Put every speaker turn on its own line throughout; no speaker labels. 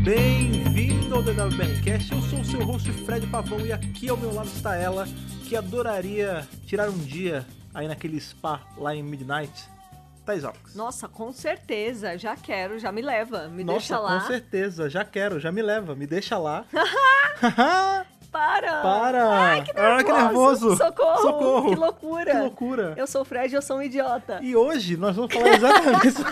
Bem-vindo ao DWBRCast, eu sou o seu host Fred Pavão e aqui ao meu lado está ela, que adoraria tirar um dia aí naquele spa lá em Midnight, Thais Alves.
Nossa, com certeza, já quero, já me leva, me
Nossa,
deixa lá.
com certeza, já quero, já me leva, me deixa lá.
Para!
Para!
Ai, que nervoso!
Ah, que nervoso!
Socorro!
Socorro!
Que loucura!
que loucura!
Eu sou o Fred e eu sou um idiota.
E hoje nós vamos falar exatamente isso.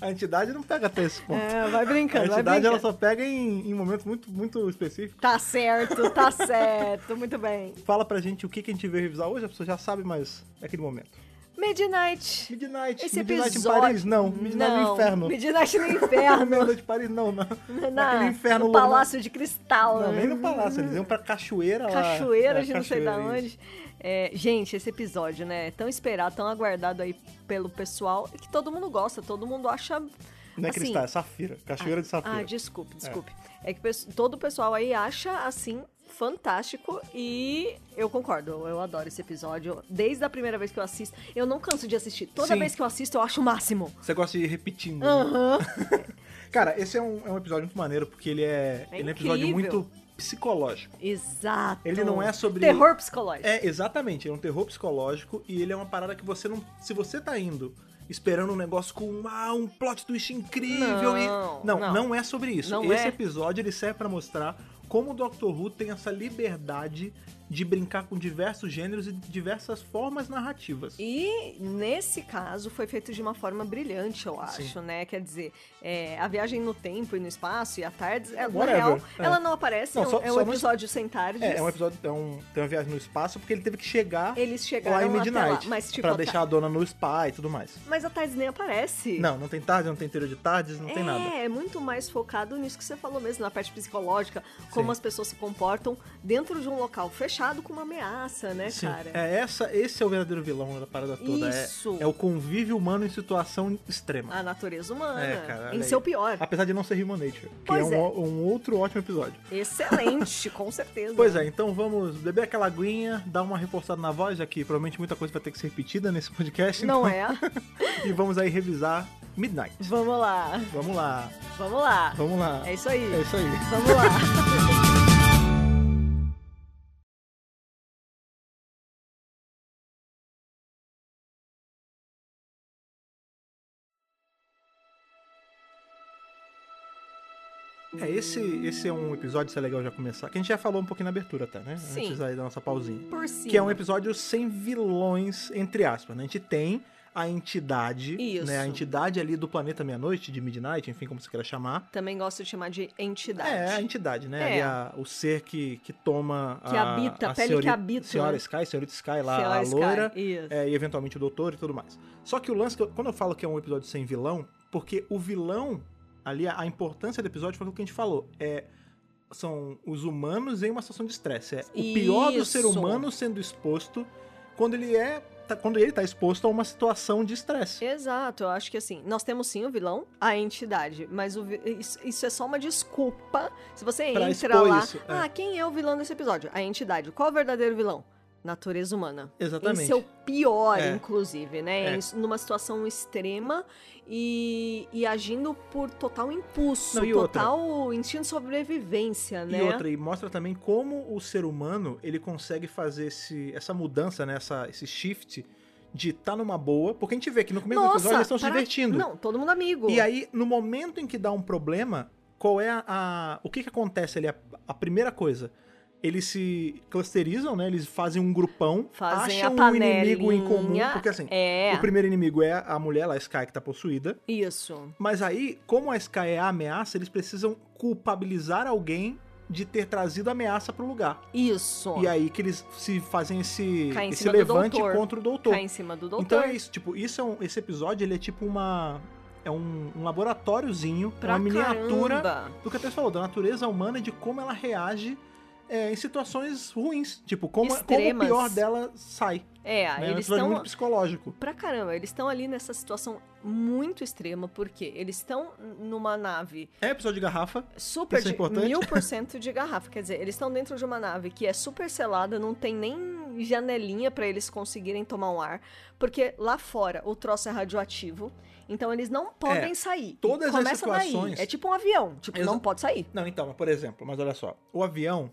A entidade não pega até esse ponto.
É, vai
A
brincando, vai
entidade
brincando.
ela só pega em, em momentos muito, muito específicos.
Tá certo, tá certo, muito bem.
Fala pra gente o que, que a gente veio revisar hoje, a pessoa já sabe, mas é aquele momento.
Midnight.
Midnight,
Esse
Midnight
episódio...
em Paris, não. Midnight
Não,
no Inferno.
Midnight no Inferno.
Midnight em Paris, não. não.
Na-
Naquele inferno
no
lunar.
Palácio de Cristal.
Não,
né?
nem no palácio, eles iam pra cachoeira lá.
Cachoeira
É,
de não sei da
cachoeira,
onde. É, gente, esse episódio, né? É tão esperado, tão aguardado aí pelo pessoal, e que todo mundo gosta, todo mundo acha.
Não é
assim,
cristal, é safira. Cachoeira de safira.
Ah, desculpe, desculpe. É, que pes- todo o pessoal aí acha assim fantástico e eu concordo, eu adoro esse episódio. Desde a primeira vez que eu assisto, eu não canso de assistir. Toda
Sim.
vez que eu assisto, eu acho o máximo.
Você gosta de ir repetindo. né?
Aham.
Cara, esse é um, é um episódio muito maneiro, porque ele é,
É
ele é um episódio
incrível.
muito psicológico.
Exato.
Ele não é sobre-
terror psicológico.
É, exatamente, ele é um terror psicológico e ele é uma parada que você não. Se você tá indo esperando um negócio com ah, um plot twist incrível e.
Não,
Não,
não.
não, é sobre isso.
Não
Esse
é.
episódio ele serve pra mostrar como o Doctor Who tem essa liberdade de brincar com diversos gêneros e diversas formas narrativas.
E nesse caso foi feito de uma forma brilhante, eu acho,
Sim.
né? Quer dizer, é, a viagem no tempo e no espaço e a tarde, é, na
Whatever,
real,
é.
ela não aparece,
Não,
é um-
só-
é
só
um
não-
episódio sem tardes.
É, é um episódio. É um, tem uma viagem no espaço porque ele teve que chegar
Eles
lá em
chegaram até lá,
Midnight
mas tipo,
pra
a ta-
deixar a dona no spa e tudo mais.
mas a tarde nem aparece.
Não, não tem tarde, não tem interior de tardes, não
é,
tem nada.
é muito mais focado nisso que você falou mesmo, na parte psicológica, como
Sim.
as pessoas se comportam dentro de um local fechado com uma ameaça, né,
Sim,
cara?
É essa, esse é o verdadeiro vilão da parada toda. é-
Isso.
É, o convívio humano em situação extrema.
A natureza humana,
É, cara, olha
Ah, em
aí.
seu pior.
Apesar de não ser Human Nature, que
Pois
é, um,
é.
ó- um outro ótimo episódio.
Excelente, com certeza.
Pois é, então vamos beber aquela aguinha, dar uma reforçada na voz, já que provavelmente muita coisa vai ter que ser repetida nesse podcast.
Não
então-
é?
E vamos aí revisar Midnight.
Vamos lá,
Vamos lá,
vamos lá.
vamos lá.
É isso aí.
É isso aí.
Vamos lá.
É, esse, esse é um episódio, se é legal já começar, que a gente já falou um pouquinho na abertura, tá, né?
Sim.
Antes aí da nossa pausinha.
Por cima.
Que é um episódio sem vilões, entre aspas. Né? A gente tem a entidade,
Isso.
né? A entidade ali do planeta meia-noite, de Midnight, enfim, como você queira chamar.
Também gosto de chamar de
É, a
entidade.
entidade, né?
É.
Ali a- o ser que, que toma
Que
a,
habita,
a
a pele que
senhorita-
habita,
Senhora
né?
Sky, senhorita Sky lá,
Sei lá,
a
Sky.
loira.
Isso.
é, e eventualmente o doutor e tudo mais. Só que o lance, que eu- quando eu falo que é um episódio sem vilão, porque o vilão, ali, a, a importância do episódio foi aquilo que a gente falou. É, são os humanos em uma situação de estresse. É o pior do ser
Isso.
humano sendo exposto quando ele é. tá- quando ele tá exposto a uma situação de estresse.
Exato, eu acho que assim, nós temos sim o vilão, a entidade, mas o vi- isso, isso é só uma desculpa. Se você
Pra
entra
expor
lá,
isso, é.
ah, quem é o vilão desse episódio? A entidade. Qual é o verdadeiro vilão? Natureza humana.
Exatamente.
Em seu pior,
É.
inclusive, né?
É.
Em- numa situação extrema e, e agindo por total impulso,
Não, e outra?
total instinto de sobrevivência, né?
E outra, e mostra também como o ser humano ele consegue fazer esse, essa mudança, né? Essa, esse shift de estar tá numa boa. Porque a gente vê que no começo do
Nossa,
episódio eles estão se
para-
divertindo.
Não, todo mundo amigo.
E aí, no momento em que dá um problema, qual é a. a- o que, que acontece ali? A, a primeira coisa. Eles se clusterizam, né? Eles fazem um grupão,
Fazem
acham
a
um inimigo em comum.
panelinha.
Porque assim,
É,
o primeiro inimigo é a mulher lá, a Sky, que tá possuída.
isso.
Mas aí, como a Sky é a ameaça, eles precisam culpabilizar alguém de ter trazido a ameaça pro lugar.
Isso.
E aí que eles se fazem esse,
Cai em
esse
cima do
levante
doutor.
contra o doutor.
Cai em cima do doutor.
Então é isso, tipo, isso é um- esse episódio ele é tipo uma. É um, um laboratóriozinho, uma miniatura
caramba.
do que a Tess falou, da natureza humana e de como ela reage é, em situações ruins. Tipo, como, como o
Extremas.
pior dela sai.
É,
Né? É um
eles
episódio
estão.
muito psicológico.
Pra caramba, eles estão ali nessa situação muito extrema, porque eles estão numa nave
É episódio de garrafa.
super
Isso é
de
importante.
mil por cento de garrafa. Quer dizer, eles estão dentro de uma nave que é super selada, não tem nem janelinha pra eles conseguirem tomar um ar, porque lá fora o troço é radioativo, então eles não podem
É,
sair. E
todas as
Começa
situações-
daí. É tipo um avião, tipo, não
Exa-
pode sair.
Não, então, mas por exemplo, mas olha só, o avião,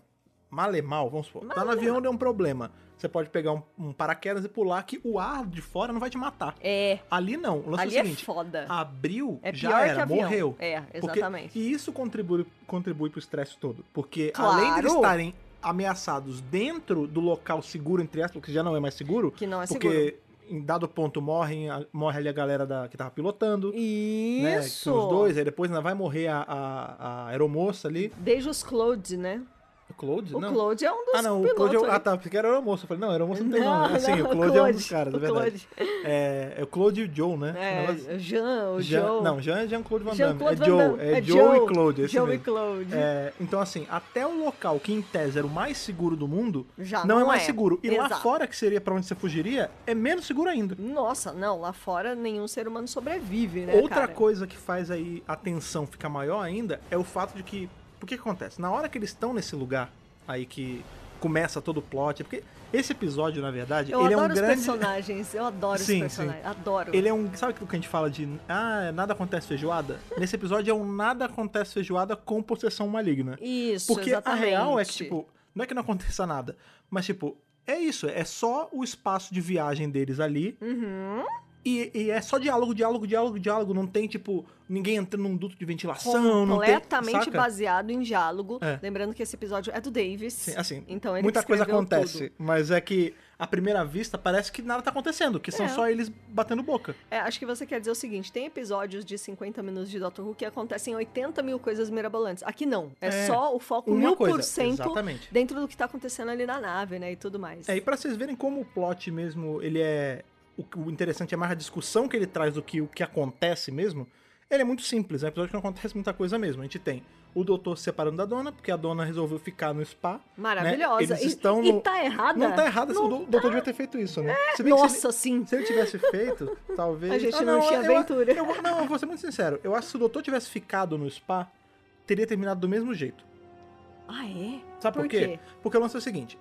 malemal, vamos supor, tá no
Malemal.
avião deu um problema. Você pode pegar um, um paraquedas e pular que o ar de fora não vai te matar.
É,
Ali não, o lance
ali
é
é
o seguinte,
foda.
abriu,
É
já
pior
era,
que avião.
morreu.
É,
Porque-
exatamente.
e isso contribui, contribui pro estresse todo. Porque
Claro.
além de eles estarem ameaçados dentro do local seguro, entre aspas, que já não é mais seguro,
Que não é seguro.
porque em dado ponto morrem, a- morre ali a galera da, que tava pilotando, né? Que
Isso.
são os dois, aí depois ainda vai morrer a, a, a aeromoça ali.
Desde os Clodes, né?
O Claude?
O
não.
Claude é um dos
Ah, não, o
pilotos.
Claude é o.
ali.
Ah, tá, porque era aeromoça. Eu falei, não, aeromoça não tem
Não,
nome. Assim,
não,
o Claude, é um dos caras, é
o
verdade.
Claude.
É, é o Claude e o Joe, né? O
É,
negócio-
o Jean, o
Jean-
Joe.
Não, Jean é Jean-Claude Van Damme.
Jean-Claude
É
Van
Joe,
Damme.
é,
É
Joe, e
Joe.
Claude, esse
Joe e
mesmo.
Claude.
É, então, assim, até o local que em tese era o mais seguro do mundo,
Já
não,
não
é mais
é.
seguro. E lá
Exato. Né,
fora, que seria pra onde você fugiria, é menos seguro ainda.
Nossa, não, lá fora nenhum ser humano sobrevive, né,
Outra
cara?
coisa que faz aí a tensão ficar maior ainda é o fato de que. O que que acontece? Na hora que eles estão nesse lugar aí que começa todo o plot, porque esse episódio, na verdade,
Eu
ele é
adoro
um
os
grande.
personagens, eu adoro
Sim,
os personagens, adoro.
Ele é um. Sabe o que a gente fala de. Ah, nada acontece feijoada? Nesse episódio é um nada acontece feijoada com possessão maligna.
Isso,
Porque
exatamente.
a real é que, tipo, não é que não aconteça nada, mas, tipo, é isso, é só o espaço de viagem deles ali.
Uhum.
E, e é só diálogo, diálogo, diálogo, diálogo. Não tem, tipo, ninguém entrando num duto de ventilação. não tem-
completamente
saca?
baseado em diálogo.
É.
Lembrando que esse episódio é do Davis.
Sim, assim,
então ele
Muita
que
coisa
escreveu
acontece,
tudo.
mas é que, à primeira vista, parece que nada tá acontecendo, que são
É.
só eles batendo boca.
É, acho que você quer dizer o seguinte: tem episódios de 50 minutos de Doctor Who que acontecem 80 mil coisas mirabolantes. Aqui não. É,
É,
só o foco
Uma
mil
coisa.
por cento
Exatamente.
dentro do que tá acontecendo ali na nave, né? E tudo mais.
É, e pra vocês verem como o plot mesmo, ele é. O, o interessante é mais a discussão que ele traz do que o que acontece mesmo. Ele é muito simples, é um episódio que não acontece muita coisa mesmo. A gente tem o doutor se separando da dona, porque a dona resolveu ficar no spa.
Maravilhosa.
Eles
E-
estão
e,
no-
tá errada.
Não tá errado, assim, o do- doutor devia ter feito isso, né? Se bem que se ele-
Nossa, sim.
se ele tivesse feito, talvez.
A gente não tinha
Ah, eu- é
aventura.
eu vou- não, eu vou ser muito sincero. Eu acho que se o doutor tivesse ficado no spa, teria terminado do mesmo jeito.
Ah, é?
Sabe um por,
Por
quê?
quê?
Porque o lance é o seguinte.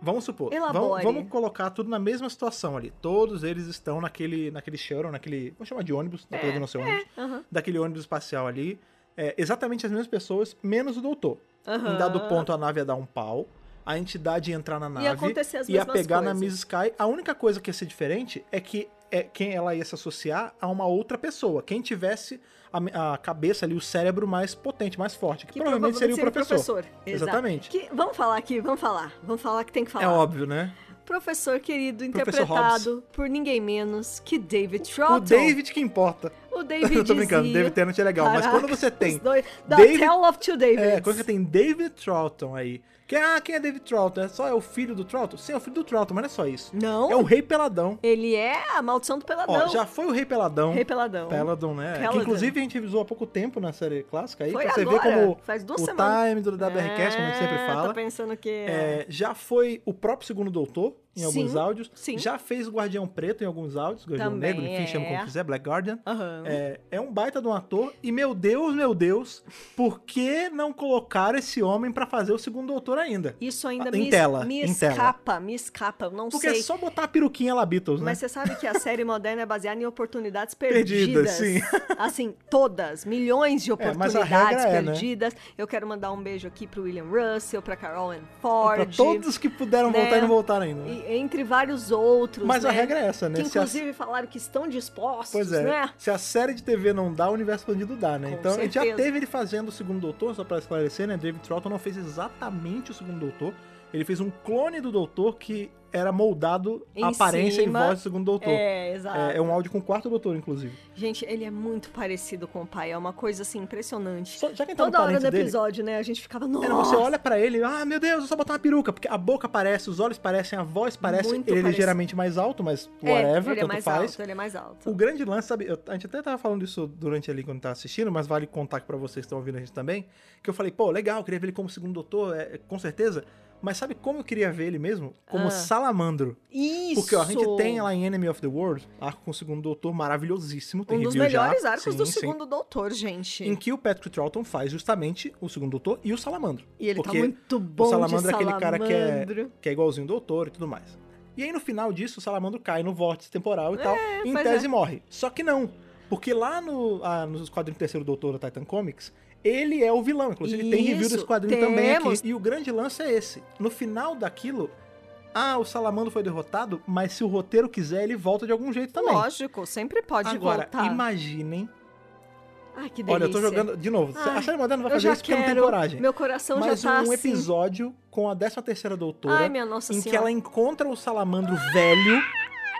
Vamos supor, vamos,
Elabore.
vamos colocar tudo na mesma situação ali. Todos eles estão naquele, naquele Sharon, naquele. Vamos chamar de ônibus,
É,
apesar de não ser ônibus.
Aham.
Daquele ônibus espacial ali. É, exatamente as mesmas pessoas, menos o doutor. Em dado
Aham.
ponto, a nave ia dar um pau, a entidade ia entrar na nave,
acontecer as
ia
mesmas
pegar na
coisas.
Miss Sky. A única coisa que ia ser diferente é que é quem ela ia se associar a uma outra pessoa. Quem tivesse a, me- a cabeça ali, o cérebro mais potente, mais forte, que,
Que
provavelmente, seria o professor.
Exato.
Exatamente.
Que- vamos falar aqui, vamos falar. Vamos falar que tem que falar.
É óbvio, né?
Professor querido,
Professor
interpretado por ninguém menos que David Troughton.
O David que importa.
O David
Eu tô brincando,
dizia-
David Tennant é legal, mas
Caraca,
quando você tem.
Os dois, da
David-
Tale of Two Davids.
É, quando você tem David Troughton aí. Que, ah, quem é David Troughton? É só é o filho do Troughton? Sim, é o filho do Troughton, mas não é só isso.
Não,
É o Rei Peladão.
ele é a maldição do Peladão.
Ó, já foi o Rei Peladão.
Rei Peladão.
Peladon, né?
Peladon.
Que, inclusive a gente revisou há pouco tempo na série clássica aí,
Foi
pra você ver
agora,
como
faz duas
o
semanas.
time do WRCast, como a gente sempre
É,
fala.
Tô pensando que... é.
É, já foi o próprio Segundo Doutor em
Sim,
alguns áudios.
sim.
Já fez o Guardião Preto em alguns áudios, Guardião
Também
Negro, enfim, chama como
é.
quiser, Black Guardian.
Aham.
É, é um baita de um ator. E meu Deus, meu Deus, por que não colocaram esse homem pra fazer o segundo doutor ainda?
Isso ainda
ah, Em
me, es-
tela,
me
em tela.
escapa, me escapa, eu não
Porque
sei.
é só botar a peruquinha lá, Beatles, né?
Mas você sabe que a série moderna é baseada em oportunidades
Perdidas,
perdidas. Assim, todas. Milhões de
É, mas
oportunidades
a regra é, né?
perdidas. Eu quero mandar um beijo aqui pro William Russell, pra Carol Ann
pra
Ford.
todos que puderam
né?
voltar e não voltaram ainda. né?
e entre vários outros.
Mas a
né?
regra é essa, né?
Que
Se a-
inclusive falaram que estão dispostos,
Pois é,
né?
se a série de TV não dá, o universo expandido dá, né?
Com
então, a gente já
certeza.
teve ele fazendo o segundo doutor, só pra esclarecer, né? David Troughton não fez exatamente o segundo doutor. Ele fez um clone do doutor que era moldado
Em
a aparência e
cima,
voz do segundo doutor.
É, exato.
É, é um áudio com o quarto doutor, inclusive.
Gente, ele é muito parecido com o pai. É uma coisa assim impressionante.
Só- já que entrou no
Toda hora do
parente dele,
episódio, né? A gente ficava, nossa.
É, não, você olha pra ele, ah, meu Deus, é só botar uma peruca, porque a boca parece, os olhos parecem, a voz parece,
Muito
ele é
parecido.
ligeiramente mais alto, mas
É,
whatever,
ele é
tanto
mais
faz.
alto, ele é mais alto.
O grande lance, sabe, eu- a gente até tava falando isso durante ali quando tava assistindo, mas vale contar aqui pra vocês que estão ouvindo a gente também, que eu falei, pô, legal, eu queria ver ele como segundo doutor, é, é, com certeza, mas sabe como eu queria ver ele mesmo? Como
Ah.
salamandro.
Isso!
Porque ó, a gente tem lá em Enemy of the World, arco com o segundo doutor maravilhosíssimo, tem
Um dos
review já.
melhores arcos
Sim,
do
sim.
segundo doutor, gente.
Em que o Patrick Troughton faz justamente o segundo doutor e o salamandro.
E ele tá
porque
muito bom
o salamandro
de
é aquele cara que é,
salamandro.
que é igualzinho o doutor e tudo mais. E aí no final disso, o salamandro cai no vórtice temporal e tal, e em
pois
tese
é.
morre. Só que não, porque lá no, ah, no quadrinho terceiro doutor da Titan Comics, ele é o vilão. Inclusive, tem review
Isso,
desse quadrinho também
temos.
aqui. E o grande lance é esse. No final daquilo, ah, o salamandro foi derrotado, mas se o roteiro quiser, ele volta de algum jeito também.
Lógico, sempre pode
Agora,
voltar.
imaginem.
Ai, que delícia.
Olha, eu tô jogando. De novo,
Ai,
a série moderna vai
Eu
fazer
já
isso porque não tem
quero.
coragem.
Meu coração
Mas
já tá
um
assim.
episódio com a 13 terceira doutora
Ai, minha nossa
em que
senhora.
ela encontra o salamandro velho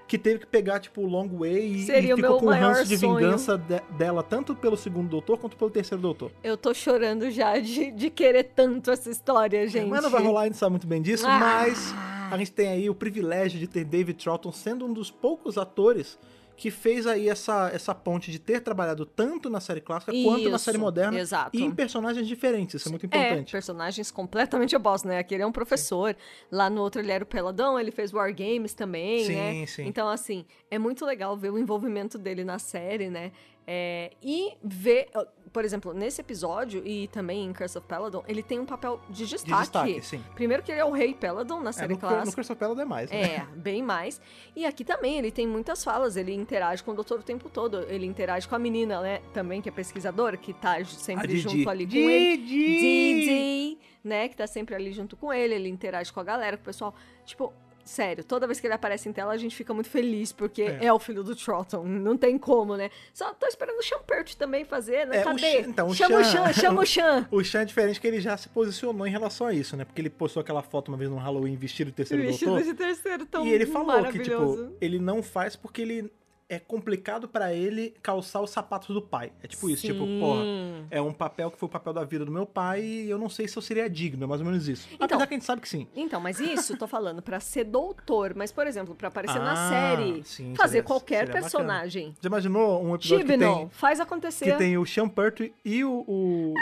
que teve que pegar, tipo, o long way e,
Seria
e
o
ficou
meu
com o
maior
ranço de
sonho.
vingança de- dela, tanto pelo segundo doutor quanto pelo terceiro doutor.
Eu tô chorando já de, de querer tanto essa história, gente.
Mas não vai rolar, a gente sabe muito bem disso,
Ah.
mas a gente tem aí o privilégio de ter David Troughton sendo um dos poucos atores que fez aí essa, essa ponte de ter trabalhado tanto na série clássica quanto na
Isso,
série moderna
Exato.
e em personagens diferentes, isso é muito
É,
importante.
personagens completamente opostos, né? Aquele é um professor, lá no outro ele era o Peladão, ele fez War Games também,
sim,
né?
sim.
Então, assim, é muito legal ver o envolvimento dele na série, né? É, e ver, ó, por exemplo, nesse episódio e também em Curse of Peladon, ele tem um papel de
de
destaque.
destaque, sim.
Primeiro que ele é o rei Peladon na
É,
série
no, no
clássica.
Crystal Palace é mais, né?
É, bem mais. E aqui também ele tem muitas falas, ele interage com o doutor o tempo todo. Ele interage com a menina, né? Também, que é pesquisadora, que tá ju-
A
sempre
Didi.
junto ali com ele.
Didi!
Didi, né? Que tá sempre ali junto com ele, ele interage com a galera, com o pessoal. Tipo, sério, toda vez que ele aparece em tela, a gente fica muito feliz, porque
É.
é, o filho do Trotton, não tem como, né? Só tô esperando o Champert também fazer, né?
É, o
Cadê?
Chan- então, o
chama
Chan-
o Chan, chama o Chan!
O Chan é diferente que ele já se posicionou em relação a isso, né? Porque ele postou aquela foto uma vez no Halloween vestido de terceiro doutor.
Vestido de terceiro, tão
e ele falou que,
maravilhoso.
tipo, ele não faz porque ele é complicado pra ele calçar os sapatos do pai. É tipo isso, tipo,
Sim.
porra, é um papel que foi o papel da vida do meu pai e eu não sei se eu seria digno, é mais ou menos isso.
Então-
Apesar que a gente sabe que sim.
Então, mas isso, tô falando pra ser doutor, mas, por exemplo, pra aparecer
Ah,
na série,
sim,
fazer
seria-
qualquer
seria bacana.
personagem.
Já imaginou um episódio que
Chibnall,
tem,
faz acontecer.
que tem o Sean Pertwee e o, o,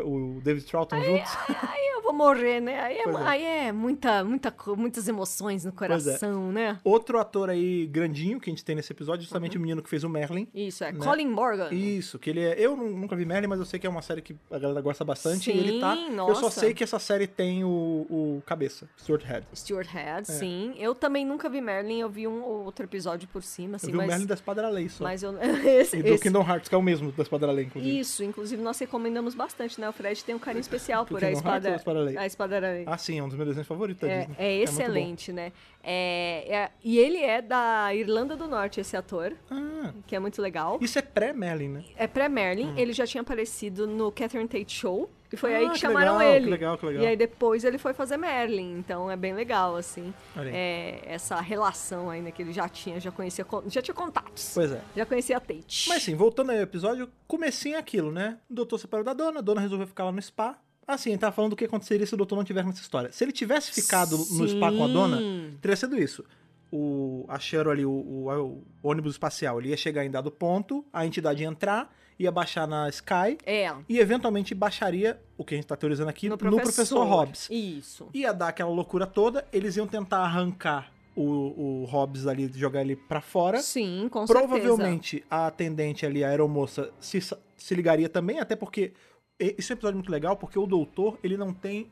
o- o David Troughton juntos?
Aí eu vou morrer, né? Aí é,
Pois é.
aí é muita, muita, co- muitas emoções no
Pois é.
coração, né?
Outro ator aí grandinho que a gente tem nesse episódio,
Uhum.
justamente o menino que fez o Merlin.
Isso, é.
Né?
Colin Morgan.
Isso, que ele é. Eu nu- nunca vi Merlin, mas eu sei que é uma série que a galera gosta bastante. e ele
Sim,
tá. Eu só
nossa.
sei que essa série tem o, o cabeça, Stuart Head.
Stuart
É.
Head, sim. Eu também nunca vi Merlin, eu vi um ou outro episódio por cima,
Eu
assim,
vi o
mas.
Merlin da Espada da Lei só.
mas eu. esse,
e do
esse-
Kingdom Hearts, que é o mesmo da Espada da Lei, inclusive.
Isso, inclusive nós recomendamos bastante, né? O Fred tem um carinho especial por
Kingdom
a
Hearts
espada.
ou a Espada da Lei?
A espada da lei.
Ah, sim, é um dos meus desenhos favoritos da
É,
Disney.
é
muito bom.
excelente, né? É, é- e ele é da Irlanda do Norte, esse ator,
Ah,
que é muito legal.
isso é pré-Merlin, né?
É pré-Merlin, ele já tinha aparecido no Catherine Tate Show, e foi
Ah,
aí que,
que
chamaram
legal,
ele.
que legal, que legal.
E aí depois ele foi fazer Merlin, então é bem legal, assim.
Olha aí.
É, essa relação ainda que ele já tinha, já conhecia, con- já tinha contatos.
Pois é.
Já conhecia a Tate.
Mas assim, sim, voltando aí ao episódio, comecinho é aquilo, né? O doutor separou da dona, a dona resolveu ficar lá no spa. Assim, ele tava falando do que aconteceria se o doutor não tivesse nessa história. Se ele tivesse ficado no spa com a dona,
Sim.
teria sido isso. O, a Cheryl ali, o, o- o ônibus espacial, ele ia chegar em dado ponto, a entidade ia entrar, ia baixar na Sky
É,
e eventualmente baixaria, o que a gente tá teorizando aqui,
no
no
professor.
professor, Hobbs.
Isso.
Ia dar aquela loucura toda, eles iam tentar arrancar o, o Hobbs ali, jogar ele pra fora.
Sim, com certeza.
Provavelmente a atendente ali, a aeromoça, se, sa- se ligaria também, até porque e- esse é um episódio muito legal, porque o doutor, ele não tem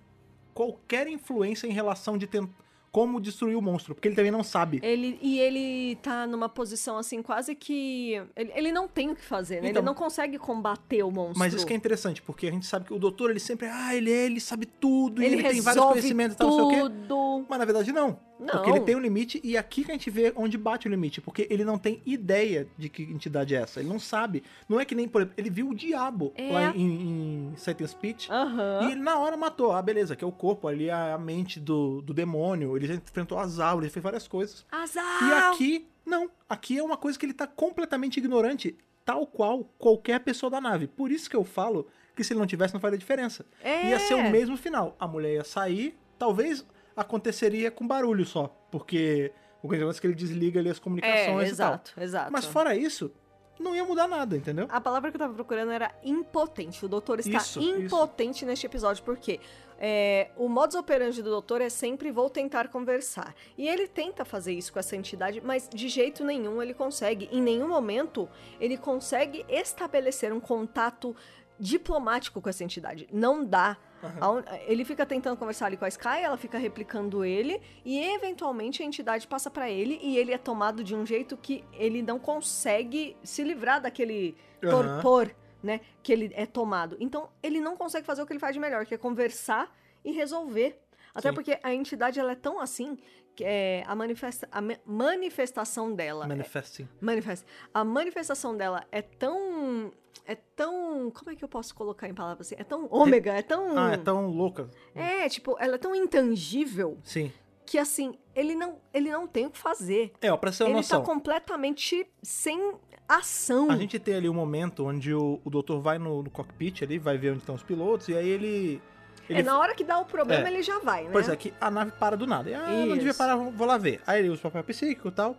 qualquer influência em relação de ten- como destruir o monstro, porque ele também não sabe.
Ele, e ele tá numa posição assim, quase que. Ele, ele não tem o que fazer, né?
Então-
ele não consegue combater o um monstro.
Mas isso que é interessante, porque a gente sabe que o doutor, ele sempre, ah, ele é, ele sabe tudo, e ele, tem vários
resolve
conhecimentos e tal, não sei o quê.
tudo.
Mas na verdade não.
Não.
Porque ele tem um limite e aqui que a gente vê onde bate o limite, porque ele não tem ideia de que entidade é essa, ele não sabe. Não é que nem, por exemplo, ele viu o diabo
É.
lá em, em Satan's Pit,
Aham.
E ele na hora matou. Ah, beleza, que é o corpo ali, a a mente do, do demônio. Ele já enfrentou as aulas, ele fez várias coisas.
Azar!
E aqui, não. Aqui é uma coisa que ele tá completamente ignorante, tal qual qualquer pessoa da nave. Por isso que eu falo que se ele não tivesse, não faria diferença.
É.
Ia ser o mesmo final. A mulher ia sair, talvez aconteceria com barulho só, porque o grande lance é que ele desliga ali as
É,
comunicações e tal.
exato, exato.
Mas fora isso, não ia mudar nada, entendeu?
A palavra que eu tava procurando era impotente. O doutor está
Isso,
impotente neste episódio, porque é, o modus operandi do doutor é sempre vou tentar conversar. E ele tenta fazer isso com essa entidade, mas de jeito nenhum ele consegue. Em nenhum momento ele consegue estabelecer um contato diplomático com essa entidade. Não dá. A un- Ele fica tentando conversar ali com a Sky, ela fica replicando ele e eventualmente a entidade passa pra ele e ele é tomado de um jeito que ele não consegue se livrar daquele
Aham.
torpor, né, que ele é tomado. Então, ele não consegue fazer o que ele faz de melhor, que é conversar e resolver. Até
Sim.
porque a entidade ela é tão assim que é, a, manifesta- a ma- manifestação dela é-
Manifesting.
Manifest. A manifestação dela é tão. É tão. Como é que eu posso colocar em palavras assim? É tão ômega, é tão.
Ah, é tão louca.
É, tipo, ela é tão intangível
Sim.
que assim, ele não, ele não tem o que fazer.
É, ó, pra ser uma
ele
noção.
tá completamente sem ação.
A gente tem ali um momento onde o, o doutor vai no, no cockpit ali, vai ver onde estão os pilotos, e aí ele. ele
É na hora que dá o problema,
É.
ele já vai, né?
Pois é, que a nave para do nada. E, ah, não devia
Isso.
parar, vou vou lá ver. Aí ele usa o papel psíquico e tal.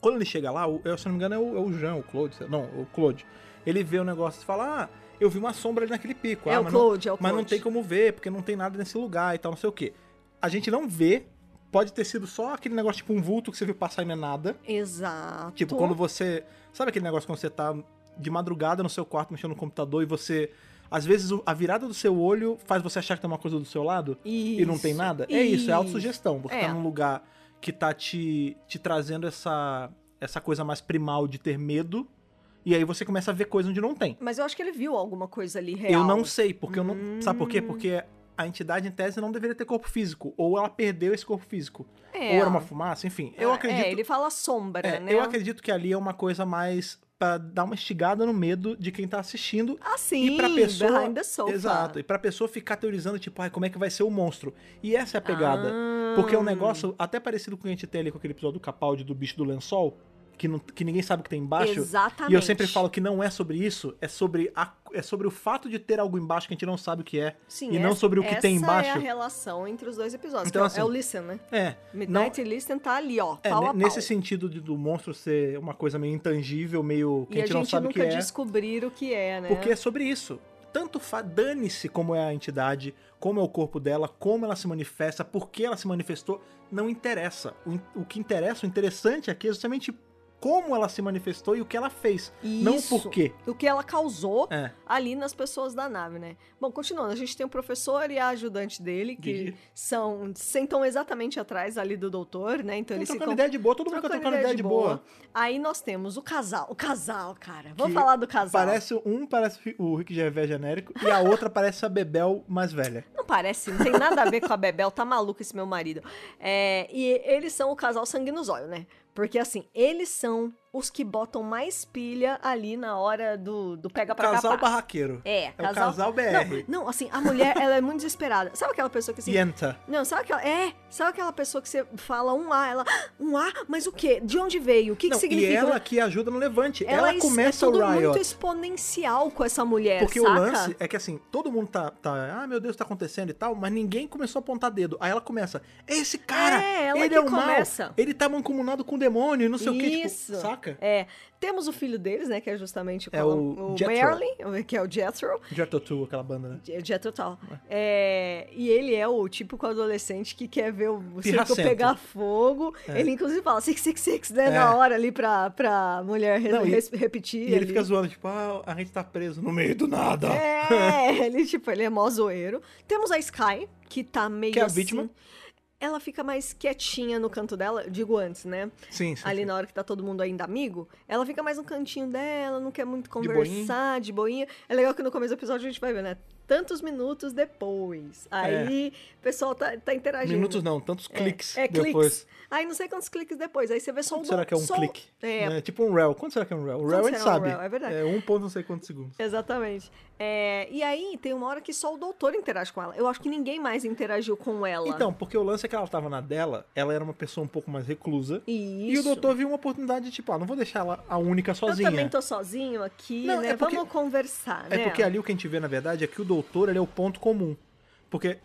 Quando ele chega lá, o, eu, se não me engano, é o, é o Jean, o Claude. sei- Não, o Claude. Ele vê o negócio e fala: Ah, eu vi uma sombra ali naquele pico.
É
ah,
o
mas não-
Claude, é o Claude.
mas não tem como ver, porque não tem nada nesse lugar e tal, não sei o quê. A gente não vê. Pode ter sido só aquele negócio tipo um vulto que você viu passar e não é nada.
Exato.
Tipo, quando você. Sabe aquele negócio quando você tá de madrugada no seu quarto mexendo no computador e você. Às vezes o- a virada do seu olho faz você achar que tem uma coisa do seu lado e não tem
Isso,
nada? É isso, é
isso.
autossugestão. Você
É.
tá num lugar que tá te, te trazendo essa, essa coisa mais primal de ter medo e aí você começa a ver coisa onde não tem.
Mas eu acho que ele viu alguma coisa ali real.
Eu
Hum.
não sei, porque eu não. Sabe por quê? Porque a entidade, em tese, não deveria ter corpo físico. Ou ela perdeu esse corpo físico.
É.
Ou era uma fumaça, enfim. Eu
É,
acredito.
ele fala sombra,
É,
né?
Eu acredito que ali é uma coisa mais pra dar uma estigada no medo de quem tá assistindo.
Assim,
e pra pessoa-
behind the sofa.
Exato. E pra pessoa ficar teorizando, tipo, ai, como é que vai ser o monstro? E essa é a pegada.
Ah.
Porque é um negócio até parecido com o que a gente tem ali com aquele episódio do Capaldi do bicho do lençol, que, não, que ninguém sabe o que tem embaixo.
Exatamente.
E eu sempre falo que não é sobre isso, é sobre, a- é sobre o fato de ter algo embaixo que a gente não sabe o que é.
Sim,
e não
essa-
sobre o que tem
Essa é
embaixo.
a relação entre os dois episódios.
Então,
que é o- é o
assim,
Listen, né?
É. Não,
Midnight e Listen tá ali, ó,
é,
pau
ne-
a pau.
nesse sentido de- do monstro ser uma coisa meio intangível, meio que
e
a gente não sabe o que
nunca
é.
descobrir o que é, né?
Porque é sobre isso. Tanto fa- dane-se como é a entidade, como é o corpo dela, como ela se manifesta, por que ela se manifestou, não interessa. O, in- o que interessa, o interessante aqui é justamente como ela se manifestou e o que ela fez. Não o
Isso.
porquê.
O que ela causou
É.
ali nas pessoas da nave, né? Bom, continuando, a gente tem o professor e a ajudante dele, que
Gigi.
são sentam exatamente atrás ali do doutor, né?
Estão
Então eles
trocando
ficam
ideia de boa, todo mundo tá trocando ideia de boa.
Aí nós temos o casal. O casal, cara. Vamos
Que
falar do casal.
Parece um parece o Rick Gervais genérico e a outra parece a Bebel mais velha.
Não parece, não tem nada a ver com a Bebel, tá maluco esse meu marido. É, e eles são o casal sangue nos olhos, né? Porque assim, eles são os que botam mais pilha ali na hora do, do pega pra
casal
capar.
barraqueiro.
É,
É o casal BR.
Não, não, assim, a mulher, ela é muito desesperada. Sabe aquela pessoa que assim...
Yenta.
Não, sabe aquela... É, sabe aquela pessoa que você fala um A, ela... "Ah, Um A? Mas o quê? De onde veio? O que, que
Não,
significa?
E ela que ajuda no levante.
Ela
Ela,
es-
começa
é
o
tudo
Riot.
muito exponencial com essa mulher,
Porque
saca?
o lance é que assim, todo mundo tá, tá, ah, meu Deus, tá acontecendo e tal, mas ninguém começou a apontar dedo. Aí ela começa, esse cara,
É, ela
ele
que
é o mal,
começa."
ele tá mancomunado com o demônio e não sei o que,
Isso.
tipo, saca?
É. Temos o filho deles, né? Que é justamente o,
É
Colum-
o
o
Jethro.
Merlin, que é o Jethro.
Jethro Tull, aquela banda, né?
Je- Jethro Tull. É, e ele é o típico adolescente que quer ver o circo
Pirracento.
pegar fogo. Ele, inclusive, fala 666, né? Na
É.
hora ali pra, pra mulher re-
Não, e-
res- repetir.
E ele
ali.
fica zoando, tipo, ah, a gente tá preso no meio do nada.
É, ele, tipo, ele é mó zoeiro. Temos a Sky, que tá meio
Que é a
assim-
vítima.
Ela fica mais quietinha no canto dela, eu digo antes, né?
Sim, sim.
ali
sim.
na hora que tá todo mundo ainda amigo, ela fica mais no cantinho dela, não quer muito
boinha.
conversar, de boinha. É legal que no começo do episódio a gente vai ver, né? Tantos minutos depois. Aí o pessoal tá, tá interagindo.
É. Minutos não, tantos cliques
é, cliques.
depois.
Aí não sei quantos cliques depois. Aí você vê só
Quanto
o
será
bom-
que é um
só o-
clique?
É,
Né? Tipo um rel. Quanto será que é um rel? O rel a
Quanto
gente
será um
sabe.
rel? É verdade.
um ponto não sei quantos segundos.
exatamente. É, e aí tem uma hora que só o doutor interage com ela. Eu acho que ninguém mais interagiu com ela.
Então, porque o lance é que ela tava na dela, ela era uma pessoa um pouco mais reclusa.
Isso.
E o doutor viu uma oportunidade de, tipo, ah, não vou deixar ela a única sozinha.
Eu também tô sozinho aqui,
Não,
né?
é porque-
Vamos conversar,
É
né?
porque ali o que a gente vê, na verdade, é que o doutor ele é o ponto comum. Porque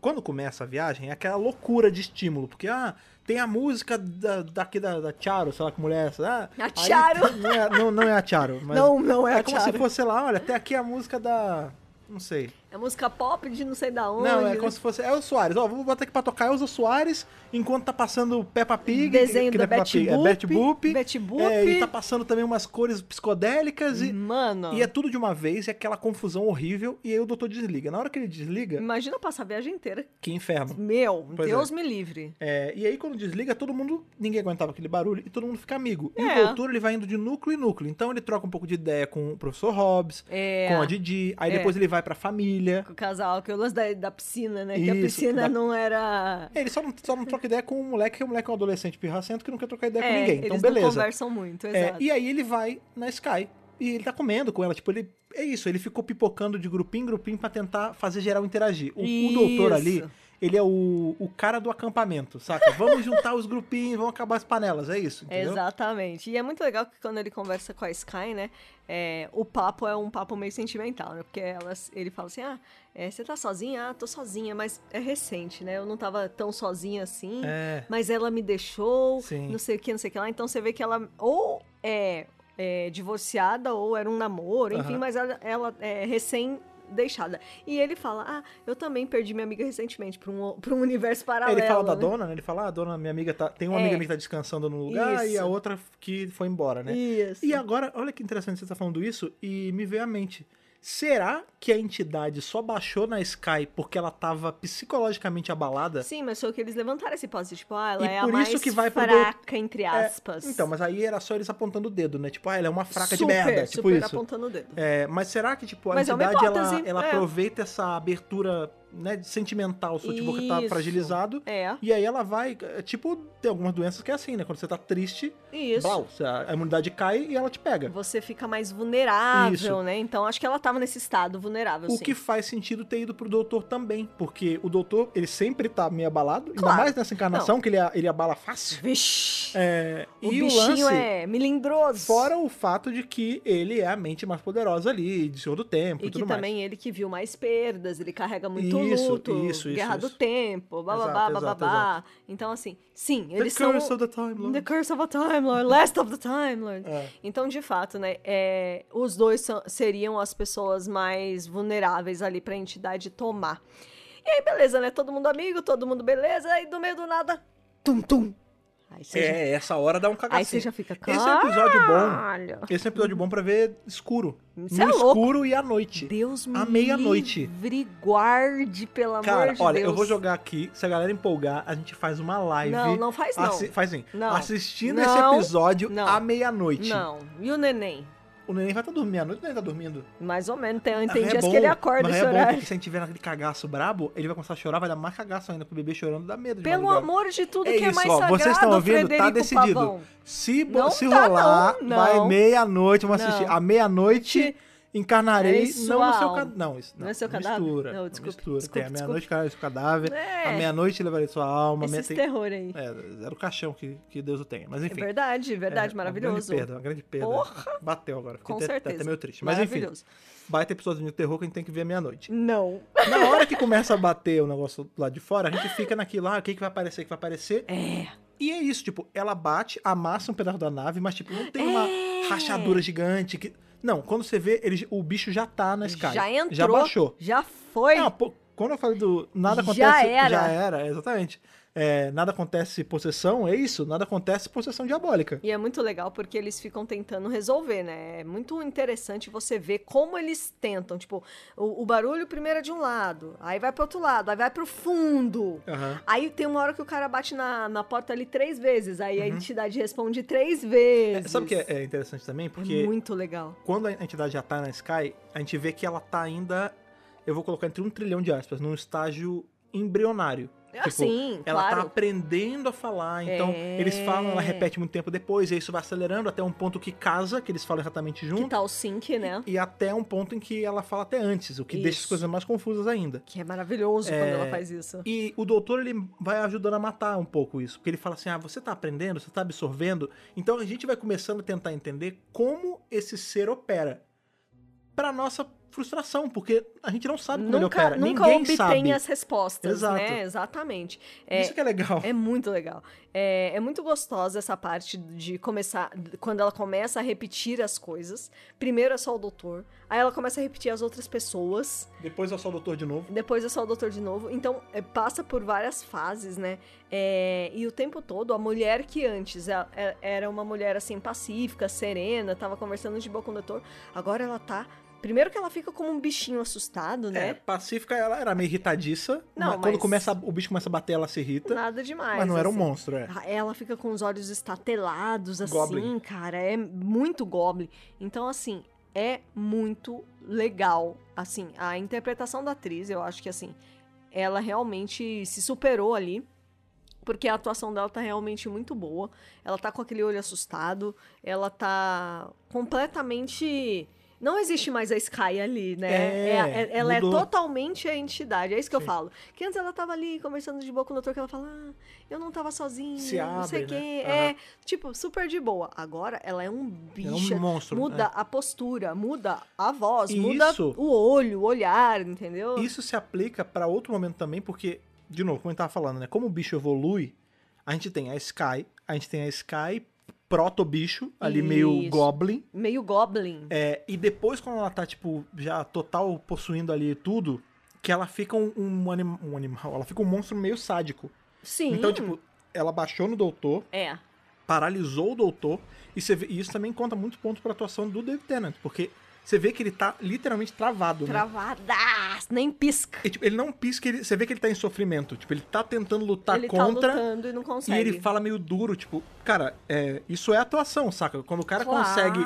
quando começa a viagem, é aquela loucura de estímulo. Porque, ah, tem a música da, daqui da, da Charo, sei lá que mulher é essa. Ah,
A
aí
Charo!
tem- não, é, não, não é a Charo. Mas
Não, não é
é
a
como
Charo.
se fosse, sei lá, olha, até aqui a música da... Não sei.
É música pop de não sei da onde.
Não, é
né?
como se fosse Elza Soares. Ó, vou botar aqui pra tocar Elza Soares enquanto tá passando Peppa Pig.
Desenho
que
da
não é Peppa
Betty
Pig,
Boop,
É Betty Boop.
Betty Boop.
É, e tá passando também umas cores psicodélicas e...
Mano,
E é tudo de uma vez, é aquela confusão horrível, e aí o doutor desliga. Na hora que ele desliga,
imagina passar a viagem inteira.
que inferno.
Meu,
Pois
Deus me livre.
É, e aí quando desliga, todo mundo, ninguém aguentava aquele barulho e todo mundo fica amigo. E
É.
o doutor, ele vai indo de núcleo em núcleo. Então ele troca um pouco de ideia com o professor Hobbs,
É,
com a Didi, aí depois ele vai pra família.
com o casal, que é o lance da, da piscina, né? que a
Isso,
piscina
da-
não era...
É, Ele só não, só não troca ideia com o moleque, que o moleque é um adolescente pirracento que não quer trocar ideia com
é,
ninguém. Então
eles não
beleza.
conversam muito,
É,
exato.
e aí ele vai na Sky. E ele tá comendo com ela. Tipo, ele. É isso, ele ficou pipocando de grupinho em grupinho pra tentar fazer geral interagir. O, o doutor ali,
Isso.
ele é o, o cara do acampamento, saca? Vamos juntar os grupinhos, vamos acabar as panelas. É isso. Entendeu?
Exatamente. E é muito legal que quando ele conversa com a Sky, né? é, o papo é um papo meio sentimental, né? Porque elas, ele fala assim: ah, é, você tá sozinha? Ah, tô sozinha, mas é recente, né? Eu não tava tão sozinha assim.
É.
Mas ela me deixou,
Sim.
não sei o que, não sei o que lá. Então você vê que ela ou é, é, divorciada ou era um namoro, enfim,
Aham.
mas ela, ela é recém deixada. E ele fala: Ah, eu também perdi minha amiga recentemente pra um, pra um universo paralelo.
Ele fala da
né?
dona, né? Ele fala, ah, a dona, minha amiga tá. Tem uma
É.
amiga minha que tá descansando no lugar e
Isso.
a outra que foi embora, né?
Isso.
E agora, olha que interessante você tá falando isso e me veio à mente. Será que a entidade só baixou na Sky porque ela tava psicologicamente abalada?
Sim, mas foi que eles levantaram esse post, tipo, ah, ela
E
é a
por
mais
isso que vai pro
fraca, entre
É,
aspas.
Então, mas aí era só eles apontando o dedo, né? Tipo, ah, ela é uma fraca de
Super,
merda. Tipo
super
isso.
apontando o dedo.
É, mas será que, tipo, a
Mas é uma
entidade ela,
hipótese,
ela
é.
aproveita essa abertura né, de sentimental sua, tipo, que tá
Isso.
fragilizado.
É,
E aí ela vai. é, Tipo, tem algumas doenças que é assim, né? Quando você tá triste,
isso.
blau, a a imunidade cai e ela te pega.
Você fica mais vulnerável,
Isso.
né? Então, acho que ela tava nesse estado vulnerável,
O
sim.
que faz sentido ter ido pro doutor também. Porque o doutor, ele sempre tá meio abalado,
Claro.
ainda mais nessa encarnação, que ele, a- ele abala fácil.
Vixe!
É,
o
e o
bichinho
lance.
é melindroso.
Fora o fato de que ele é a mente mais poderosa ali, de Senhor do Tempo e,
E que
tudo mais.
também ele que viu mais perdas, ele carrega muito
Isso,
luto,
isso, isso,
guerra do
isso.
tempo, bababá,
Exato, exato,
bababá. Então, assim, sim, eles
The
são...
Curse of the Time Lord.
The Curse of a Time Lord, Last of the Time Lord.
É.
Então, de fato, né, é, os dois são- seriam as pessoas mais vulneráveis ali pra entidade tomar. E aí, beleza, né? Todo mundo amigo, todo mundo beleza, aí do meio do nada, tum, tum. Aí você, já,
É, essa hora dá um
aí você
cagacinho.
já fica,
Esse é um
caralho.
episódio bom. Esse é um episódio bom pra ver escuro.
Isso
no
é louco.
escuro e à noite.
Deus me
À meia-noite.
livre, guarde, pelo amor
Cara,
de
olha,
Deus.
eu vou jogar aqui. Se a galera empolgar, a gente faz uma live.
Não, não faz não.
Assi- faz assim.
Não.
Assistindo
Não.
esse episódio
Não.
à meia-noite.
Não, e o neném?
O neném vai estar dormindo. Meia-noite o neném tá dormindo.
Mais ou menos, tem,
Mas
tem
é
dias
bom,
que ele acorda
mas
esse
é bom,
horário.
porque se a gente tiver naquele cagaço brabo, ele vai começar a chorar, vai dar mais cagaço ainda pro bebê chorando, dá medo de
Pelo
madrugada.
amor de tudo
É
que é
isso,
mais
ó,
sagrado,
vocês estão ouvindo? Tá
Frederico
decidido.
Pavão.
Se, bo-
Não
se
tá,
rolar,
não, não.
vai meia-noite, vamos
Não.
assistir. À meia-noite, encarnarei. não no
Aí
seu
sua
cadáver.
alma.
Não, isso não.
Não é seu
não
cadáver?
Mistura,
Não, desculpe,
mistura.
desculpe,
Tem à
desculpe.
meia-noite encarnarei seu cadáver.
É.
À meia-noite levarei sua alma. à meia-
Esses
Tem...
terror aí.
um É, era o caixão que, que Deus o tenha. Mas
É
enfim.
verdade, verdade,
é,
maravilhoso.
Uma grande perda, uma grande perda.
Porra!
Bateu agora. Fiquei
Com
até,
certeza.
até meio triste. Mas enfim,
maravilhoso.
baita episódio de terror que a gente tem que ver à meia-noite.
Não.
Na hora que começa a bater o negócio lá de fora, a gente fica naquilo lá, o que, que vai aparecer, o que vai aparecer.
É.
E é isso, tipo, ela bate, amassa um pedaço da nave, mas, tipo, não tem uma
É.
rachadura gigante que. Não, quando você vê, ele, o bicho já tá na Sky.
É, Já entrou.
Já baixou.
Já foi.
Não, pô, quando eu falei do nada
Já
acontece.
era.
Já era, exatamente. É, nada acontece possessão, é isso? Nada acontece possessão diabólica.
E é muito legal porque eles ficam tentando resolver, né? É muito interessante você ver como eles tentam. Tipo, o, o barulho primeiro é de um lado, aí vai pro outro lado, aí vai pro fundo.
Aham.
Aí tem uma hora que o cara bate na, na porta ali três vezes, aí a
Uhum.
entidade responde três
É,
vezes.
sabe o que é é interessante também?
É
Porque
muito legal.
quando a entidade já tá na Sky, a gente vê que ela tá ainda. Eu vou colocar entre um trilhão de aspas, num estágio embrionário. Tipo,
Assim,
Ela tá
claro.
aprendendo a falar, então
É.
eles falam, ela repete muito tempo depois, e isso vai acelerando até um ponto que casa, que eles falam exatamente
Que
junto,
tal o sync, né?
e até um ponto em que ela fala até antes, o que deixa as
Isso.
coisas mais confusas ainda.
Que é maravilhoso quando
É,
ela faz isso.
E o doutor, ele vai ajudando a matar um pouco isso, porque ele fala assim, ah, você tá aprendendo, você tá absorvendo, então a gente vai começando a tentar entender como esse ser opera. Pra nossa frustração, porque a gente não sabe como ele
nunca,
opera.
nunca
Ninguém
obtém
sabe.
as respostas,
Exato.
né? Exatamente. É,
Isso que é legal.
é muito legal. É, é muito gostosa essa parte de começar. Quando ela começa a repetir as coisas. Primeiro é só o doutor, aí ela começa a repetir as outras pessoas.
Depois é só o doutor de novo.
Depois é só o doutor de novo. Então, é, passa por várias fases, né? É, e o tempo todo, a mulher que antes a- é- era uma mulher, assim, pacífica, serena, tava conversando de boa com o doutor, agora ela tá... Primeiro que ela fica como um bichinho assustado,
É,
né?
Pacífica, ela era meio irritadiça.
Não,
mas quando
mas-
começa, a- o bicho começa a bater, ela se irrita.
Nada demais.
mas não era um
assim.
monstro, é.
Ah, Ela fica com os olhos estatelados, assim,
Goblin.
cara. É muito goblin. Então, assim, é muito legal. Assim, a interpretação da atriz, eu acho que, assim, ela realmente se superou ali. Porque a atuação dela tá realmente muito boa. Ela tá com aquele olho assustado. Ela tá completamente. Não existe mais a Sky ali, né?
É,
a- é- ela
mudou.
é totalmente a entidade. É isso que
Sim.
eu falo. Que antes ela tava ali conversando de boa com o doutor, que ela fala. "Ah, eu não tava sozinha,
Se
não sei o
abre, né?
quê. É, tipo, super de boa. Agora ela é um
Era
bicho.
um monstro.
muda a postura, muda a voz,
E
muda
isso-
o olho, o olhar, entendeu?
é. Isso se aplica pra outro momento também, porque, de novo, como eu tava falando, né? Como o bicho evolui, a gente tem a Sky, a gente tem a Sky proto-bicho, ali meio
Isso.
goblin.
Meio goblin.
É, e depois, quando ela tá, tipo, já total possuindo ali tudo, que ela fica um, um anim- um animal, ela fica um monstro meio sádico.
Sim.
Então, tipo, ela baixou no doutor,
É.
paralisou o doutor, e, você vê- e isso também conta muito ponto pra atuação do David Tennant, porque você vê que ele tá literalmente travado, né?
Travadas, nem pisca.
E, tipo, ele não pisca, ele- você vê que ele tá em sofrimento, tipo, ele tá tentando lutar
ele tá
contra...
lutando e não
e
consegue.
ele fala meio duro, tipo, cara, é, isso é atuação, saca? Quando o cara
claro.
consegue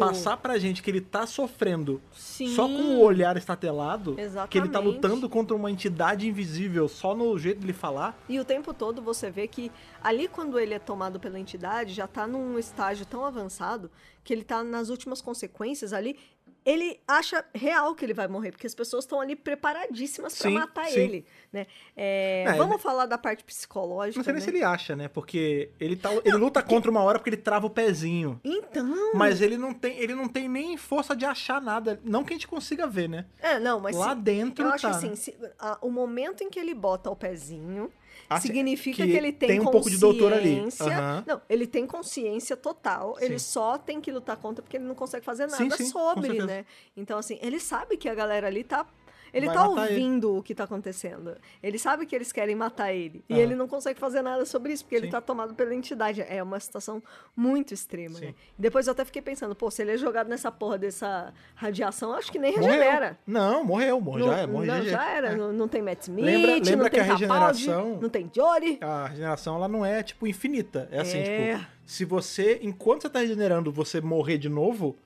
passar pra gente que ele tá sofrendo
Sim.
só com o olhar estatelado,
Exatamente.
que ele tá lutando contra uma entidade invisível só no jeito dele falar.
E o tempo todo você vê que ali quando ele é tomado pela entidade, já tá num estágio tão avançado que ele tá nas últimas consequências ali. Ele acha real que ele vai morrer, porque as pessoas estão ali preparadíssimas pra
Sim,
matar
sim.
ele, né? É,
É,
vamos falar da parte psicológica,
Não sei nem
né?
se ele acha, né? Porque ele, tá, ele luta contra uma hora porque ele trava o pezinho.
Então,
Mas ele não tem, ele não tem nem força de achar nada. Não que a gente consiga ver, né?
é, não, mas
Lá
se-
dentro
eu acho
tá.
que assim, se- a- o momento em que ele bota o pezinho
Assim,
significa
que
que, ele tem,
tem um pouco de doutor ali.
consciência-
Aham.
Não, ele tem consciência total. Ele
Sim.
só tem que lutar contra porque ele não consegue fazer nada
Sim, sim, com
sobre,
certeza.
né? Então, assim, ele sabe que a galera ali tá. Ele
Vai
tá
matar ele.
ouvindo o que tá acontecendo. Ele sabe que eles querem matar ele. E
Aham.
ele não consegue fazer nada sobre isso, porque
Sim.
ele tá tomado pela entidade. É uma situação muito extrema,
Sim.
né? Depois eu até fiquei pensando, pô, se ele é jogado nessa porra dessa radiação, acho que nem
Morreu.
regenera.
Não, morreu, morreu.
Não-
já é, morre
não,
GG.
já era,
É.
não, não tem Matt Smith,
Lembra- lembra
não
que
tem
a
Capaldi,
regeneração- É,
não tem Jory.
A regeneração, ela não é, tipo, infinita. É assim,
É.
tipo, se você, enquanto você tá regenerando, você morrer de novo,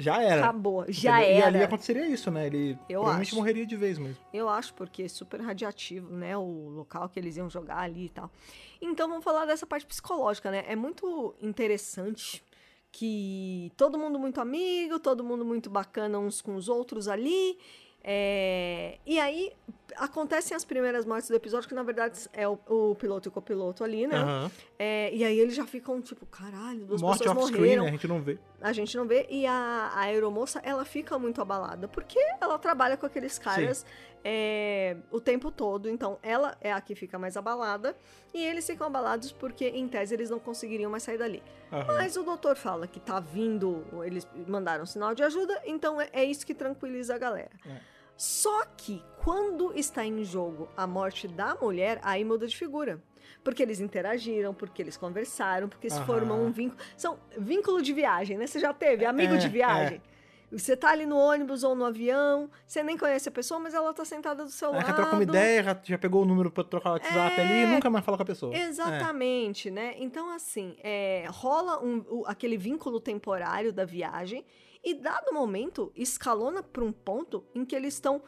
já era.
Acabou, já
É. Entendeu? E ali
era.
aconteceria isso, né? Ele
Eu
provavelmente
acho.
morreria de vez mesmo.
Eu acho porque é super radioativo, né? O local que eles iam jogar ali e tal. Então vamos falar dessa parte psicológica, né? É muito interessante que todo mundo muito amigo, todo mundo muito bacana uns com os outros ali. é, E aí acontecem as primeiras mortes do episódio, que na verdade é o, o piloto e o copiloto ali, né?
Aham.
É, e aí eles já ficam tipo, caralho, duas
Morte
pessoas
off-screen,
morreram.
né? A gente não vê.
a gente não vê. E a, a aeromoça, ela fica muito abalada, porque ela trabalha com aqueles caras é, o tempo todo. Então, ela é a que fica mais abalada. E eles ficam abalados porque, em tese, eles não conseguiriam mais sair dali.
Aham.
Mas o doutor fala que tá vindo, eles mandaram um sinal de ajuda, então é, é isso que tranquiliza a galera.
É.
Só que quando está em jogo a morte da mulher, aí muda de figura. Porque eles interagiram, porque eles conversaram, porque se
Aham.
formam um vínculo. São vínculo de viagem, né? Você já teve, amigo
É,
de viagem. Você tá ali no ônibus ou no avião, você nem conhece a pessoa, mas ela tá sentada do seu
Aí já
lado.
troca uma ideia, já, já pegou o número pra trocar o WhatsApp
É.
ali e nunca mais fala com a pessoa. É.
Exatamente, né? Então, assim, é, rola um- o- aquele vínculo temporário da viagem e, dado momento, escalona para um ponto em que eles estão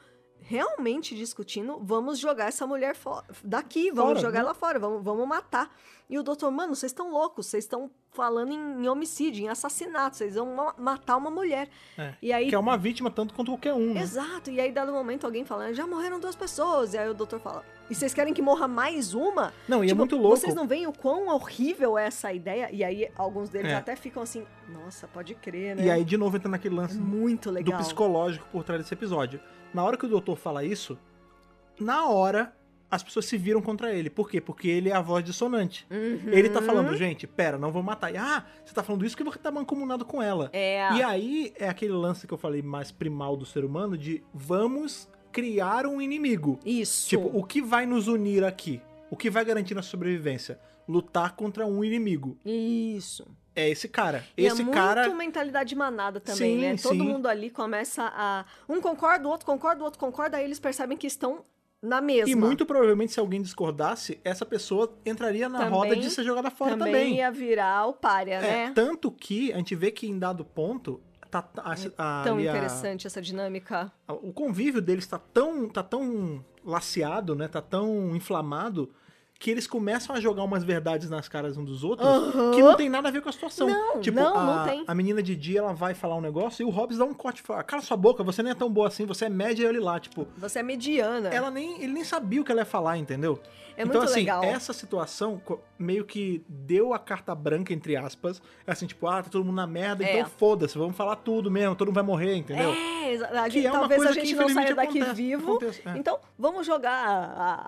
realmente discutindo: vamos jogar essa mulher fo- daqui, vamos
Fora,
jogar
né?
ela fora, vamos, vamos matar. E o doutor, mano, vocês estão loucos, vocês estão falando em, em homicídio, em assassinato. Eles vão ma- matar uma mulher.
É.
E aí.
Que é uma vítima tanto quanto qualquer um, né?
Exato. E aí, dado momento, alguém falando, já morreram duas pessoas. E aí o doutor fala, e vocês querem que morra mais uma?
Não, e é
Tipo,
muito louco.
Vocês não veem o quão horrível é essa ideia? E aí, alguns deles
É.
até ficam assim, nossa, pode crer, né?
E aí, de novo, entra naquele
é
lance
muito
do
legal.
psicológico por trás desse episódio. Na hora que o doutor fala isso, na hora as pessoas se viram contra ele. Por quê? Porque ele é a voz dissonante.
Uhum.
Ele tá falando, gente, pera, não vou matar. E, ah, você tá falando isso que você tá mancomunado com ela.
É.
E aí é aquele lance que eu falei mais primal do ser humano de vamos criar um inimigo.
Isso.
Tipo, o que vai nos unir aqui? O que vai garantir nossa sobrevivência? Lutar contra um inimigo.
Isso.
É esse cara.
E
esse
é muito
cara.
mentalidade manada também,
Sim,
né? Todo
sim.
mundo ali começa a. Um concorda, o outro concorda, o outro concorda, aí eles percebem que estão na mesma.
E muito provavelmente, se alguém discordasse, essa pessoa entraria na
Também-
roda de ser jogada fora
também,
também.
ia virar o párea,
É,
né?
Tanto que a gente vê que em dado ponto. Tá, tá- a- a-
É Tão
ali a-
interessante essa dinâmica.
a- o convívio deles tá tão, tá tão laceado, né? Tá tão inflamado que eles começam a jogar umas verdades nas caras um dos outros
Aham.
que não tem nada a ver com a situação.
Não,
tipo,
não,
a,
não tem.
a menina de dia ela vai falar um negócio e o Hobbs dá um corte e fala: Cala sua boca, você nem é tão boa assim, você é média e olha lá. Tipo,
Você é mediana.
ela nem, ele nem sabia o que ela ia falar, entendeu?
É
então,
muito
assim,
legal.
essa situação co- meio que deu a carta branca, entre aspas. Assim, tipo, ah, tá todo mundo na merda,
É.
então foda-se, vamos falar tudo mesmo, todo mundo vai morrer, entendeu?
É, exa- a
Que
gente-
é uma
talvez
coisa
a gente
que,
não saia
infelizmente,
daqui
acontece-
vivo.
acontece, é.
Então, vamos jogar a,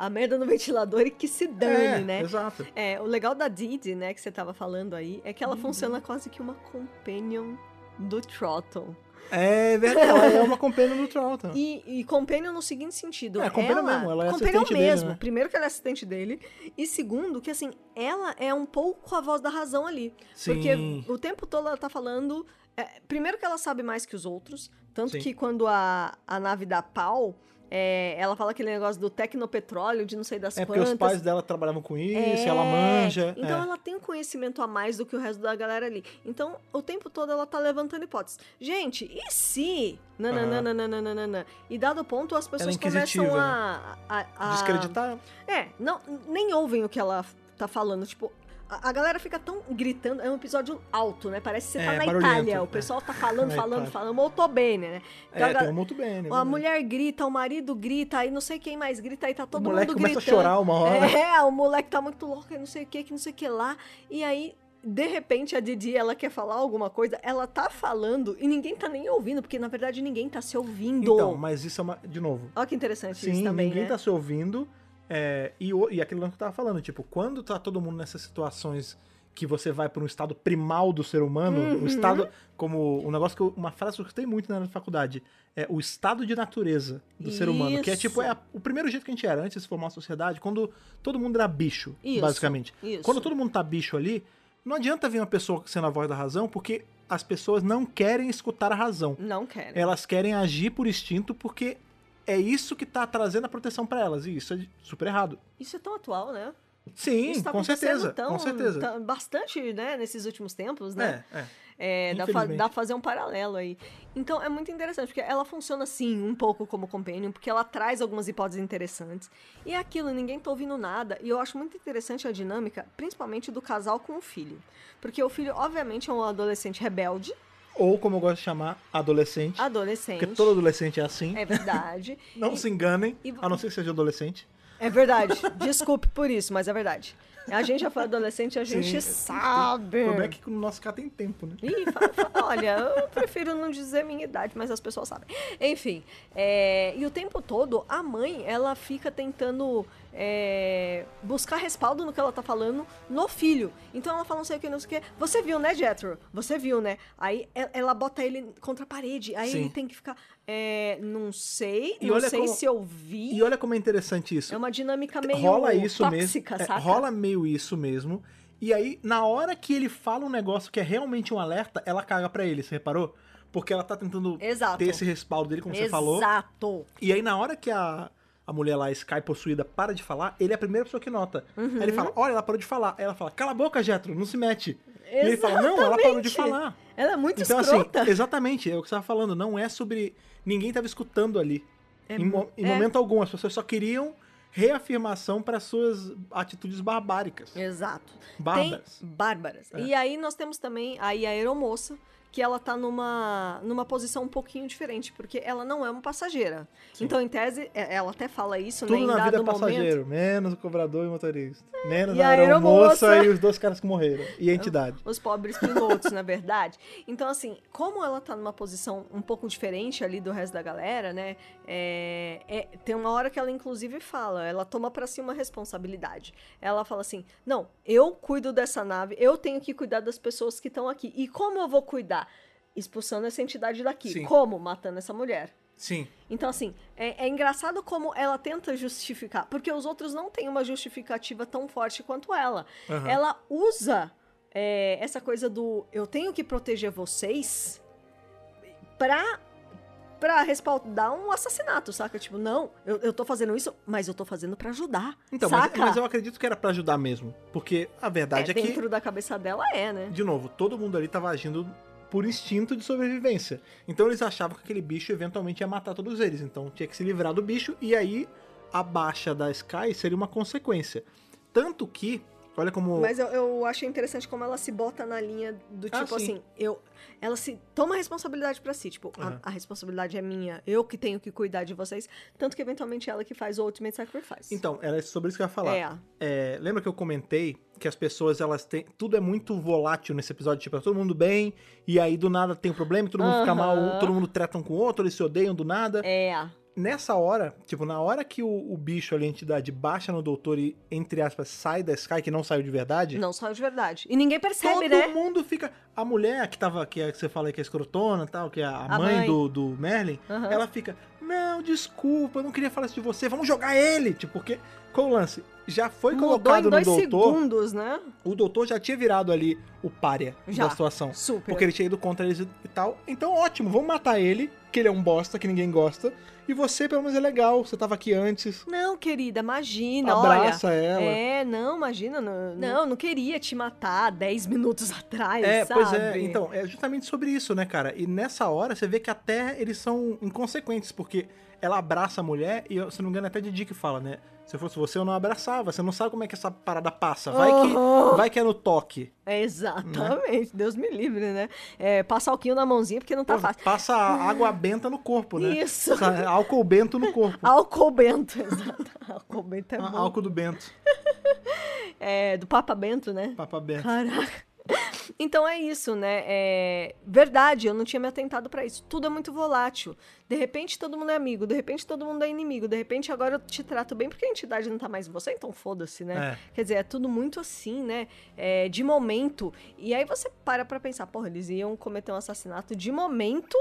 a- a merda no ventilador e que se dane,
É,
né?
Exato.
É, o legal da Didi, né, que você tava falando aí, é que ela
Uhum.
funciona quase que uma companion do Trotton.
É verdade, ela é uma companhia do Troughton.
E, e companion no seguinte sentido.
Ah. É, companion
ela,
mesmo, ela é
companion
assistente dele,
mesmo.
né?
Primeiro que ela é assistente dele. E segundo, que assim, ela é um pouco a voz da razão ali.
Sim.
Porque o tempo todo ela tá falando. é, primeiro que ela sabe mais que os outros. Tanto
Sim.
que quando a, a nave dá pau, é, ela fala aquele negócio do tecnopetróleo, de não sei das
É porque
quantas.
os pais dela trabalhavam com isso,
É.
ela manja.
Então
é.
ela tem um conhecimento a mais do que o resto da galera ali. Então, o tempo todo ela tá levantando hipóteses. Gente, e se? Nananana. E dado ponto, as pessoas
é inquisitiva,
começam a, a, a-
Descreditar.
É, não, nem ouvem o que ela tá falando. Tipo, a, a galera fica tão gritando. É um episódio alto, né? Parece que você tá
É,
na
barulhento,
Itália. O
é.
pessoal tá falando,
Na
falando,
Itália.
falando. Molto bene, né? Então a
É,
ga-
tem um muito bem, né?
a mulher grita, o marido grita, aí não sei quem mais grita, aí tá
O
todo
moleque
mundo
começa
gritando.
a chorar né? uma hora.
É, o moleque tá muito louco, e não sei o que, que não sei o que lá. E aí, de repente, a Didi, ela quer falar alguma coisa, ela tá falando e ninguém tá nem ouvindo, porque na verdade ninguém tá se ouvindo.
Então, mas isso é uma. De novo,
Olha que interessante isso
Sim,
também,
ninguém
né?
tá se ouvindo. é, e, o- e aquele lance que eu tava falando, tipo, quando tá todo mundo nessas situações que você vai pra um estado primal do ser humano,
Uhum.
o estado. Como um negócio que eu, uma frase que eu escutei muito na faculdade. É o estado de natureza do ser humano. Que é tipo, é
Isso.
a- o primeiro jeito que a gente era antes de se formar uma sociedade, quando todo mundo era bicho,
Isso,
basicamente.
Isso.
Quando todo mundo tá bicho ali, não adianta vir uma pessoa sendo a voz da razão, porque as pessoas não querem escutar a razão.
Não quer.
Elas querem agir por instinto porque é isso que tá trazendo a proteção pra elas. E isso é super errado.
Isso é tão atual, né?
Sim,
isso tá
com
acontecendo
certeza.
tão,
com certeza.
tão- bastante, né, nesses últimos tempos, né?
É, é.
É, dá, pra,
Infelizmente.
dá pra fazer um paralelo aí. Então é muito interessante, porque ela funciona assim, um pouco como companion, porque ela traz algumas hipóteses interessantes. E é aquilo, ninguém tá ouvindo nada. E eu acho muito interessante a dinâmica, principalmente do casal com o filho. Porque o filho, obviamente, é um adolescente rebelde,
Ou, como eu gosto de chamar, adolescente.
adolescente.
Porque todo adolescente é assim.
É verdade.
Não
E-
se enganem,
e-
a não ser que seja adolescente.
É verdade. Desculpe por isso, mas é verdade. A gente já foi adolescente, a gente
Sim. é, O
sabe.
problema é que no nosso cara tem tempo, né?
Ih, fa- fa- olha, eu prefiro não dizer minha idade, mas as pessoas sabem. Enfim, é, e o tempo todo a mãe ela fica tentando é, buscar respaldo no que ela tá falando no filho. Então ela fala não sei o que, não sei o que. Você viu, né, Jethro? Você viu, né? Aí e- ela bota ele contra a parede. Aí
Sim.
ele tem que ficar. é, não sei,
E
não
olha
sei
como-
se eu vi.
E olha como é interessante isso.
É uma dinâmica meio
rola isso
tóxica,
mesmo. É,
saca?
rola meio isso mesmo. E aí, na hora que ele fala um negócio que é realmente um alerta, ela caga pra ele, você reparou? Porque ela tá tentando
Exato.
ter esse respaldo dele, como você falou.
Exato.
E aí, na hora que a, a mulher lá, a Sky possuída, para de falar, ele é a primeira pessoa que nota. Aí
Uhum.
ele fala, olha, ela parou de falar. Aí ela fala, cala a boca, Jetro, não se mete. E ele fala, não, ela parou de
Exatamente.
falar.
Ela é muito
Então,
escrota.
assim, exatamente, é o que você tava falando. Não é sobre. Ninguém tava escutando ali.
É
em, mo- em
é.
momento algum, as pessoas só queriam reafirmação para suas atitudes barbáricas.
É. Exato.
Bárbaras.
Tem bárbaras.
É.
E aí nós temos também aí a aeromoça, que ela tá numa, numa posição um pouquinho diferente, porque ela não é uma passageira.
Sim.
Então, em tese, é- ela até fala isso, né?
Tudo
Em
na vida
dado
é
momento.
passageiro, menos o cobrador e o motorista. Menos
E
a
a
aeromoça,
aeromoça.
e os dois caras que morreram. E a entidade.
Os pobres pilotos, na verdade. Então, assim, como ela tá numa posição um pouco diferente ali do resto da galera, né? é- é- tem uma hora que ela, inclusive, fala, ela toma pra si uma responsabilidade. Ela fala assim: não, eu cuido dessa nave, eu tenho que cuidar das pessoas que estão aqui. E como eu vou cuidar? Expulsando essa entidade daqui.
Sim.
Como? Matando essa mulher.
Sim.
Então, assim, é, é engraçado como ela tenta justificar, porque os outros não têm uma justificativa tão forte quanto ela.
Aham.
Ela usa é, essa coisa do eu tenho que proteger vocês pra, pra respaldar um assassinato, saca? Tipo, não, eu, eu tô fazendo isso, mas eu tô fazendo pra ajudar.
Então, mas,
saca?
mas eu acredito que era pra ajudar mesmo. Porque a verdade
é,
é, que,
dentro da cabeça dela é, né?
de novo, todo mundo ali tava agindo por instinto de sobrevivência. Então eles achavam que aquele bicho eventualmente ia matar todos eles. Então tinha que se livrar do bicho. E aí a baixa da Sky seria uma consequência. Tanto que, olha como.
Mas eu, eu achei interessante como ela se bota na linha do
Ah,
tipo
sim.
assim, eu, ela se toma a responsabilidade pra si, tipo, a-
Aham.
a, responsabilidade é minha, eu que tenho que cuidar de vocês, tanto que eventualmente ela que faz o Ultimate Sacrifice.
Então, era sobre isso que eu ia falar.
É.
É, lembra que eu comentei que as pessoas, elas têm. Tudo é muito volátil nesse episódio, tipo, tá todo mundo bem, e aí do nada tem um problema, e todo mundo fica
Aham.
mal, todo mundo treta um com o outro, eles se odeiam do nada.
É.
Nessa hora, tipo, na hora que o, o bicho ali, a entidade, baixa no doutor e, entre aspas, sai da Sky, que não saiu de verdade,
Não saiu de verdade. E ninguém
todo
percebe, né?
mundo fica. A mulher que tava, que, é, que você fala aí que é escrotona e tal, que é a,
A
mãe,
mãe.
Do, do Merlin,
Aham.
ela fica, não, desculpa, eu não queria falar isso de você, vamos jogar ele! Tipo, porque. Qual o lance? Já foi
Mudou
colocado
em dois
no doutor.
segundos, né?
O doutor já tinha virado ali o párea
Já.
da situação.
Super.
Porque ele tinha ido contra eles e tal. Então, ótimo, vamos matar ele, que ele é um bosta, que ninguém gosta. E você, pelo menos, é legal, você tava aqui antes.
Não, querida, imagina, olha.
abraça ela.
É, não, imagina. Não, não, não queria te matar 10 minutos atrás,
É,
sabe?
pois é. Então, é justamente sobre isso, né, cara? E nessa hora você vê que até eles são inconsequentes, porque ela abraça a mulher e, se não me engano, é até Didi que fala, né? Se eu fosse você, eu não abraçava. Você não sabe como é que essa parada passa. Vai, que,
Aham.
vai que é no toque.
É, Exatamente, Deus me livre, né? É, passa alquinho na mãozinha porque não tá
Pô,
fácil.
Passa água benta no corpo, né?
Isso.
Passa Álcool bento no corpo.
Álcool bento, exato. Álcool bento é
Ah,
bom.
Álcool do bento.
É, do Papa Bento, né?
Papa bento.
Caraca. Então é isso, né? É verdade, eu não tinha me atentado pra isso. Tudo é muito volátil. De repente todo mundo é amigo, de repente todo mundo é inimigo, de repente agora eu te trato bem porque a entidade não tá mais em você, então foda-se, né?
É.
Quer dizer, é tudo muito assim, né? É, de momento. E aí você para pra pensar, porra, eles iam cometer um assassinato de momento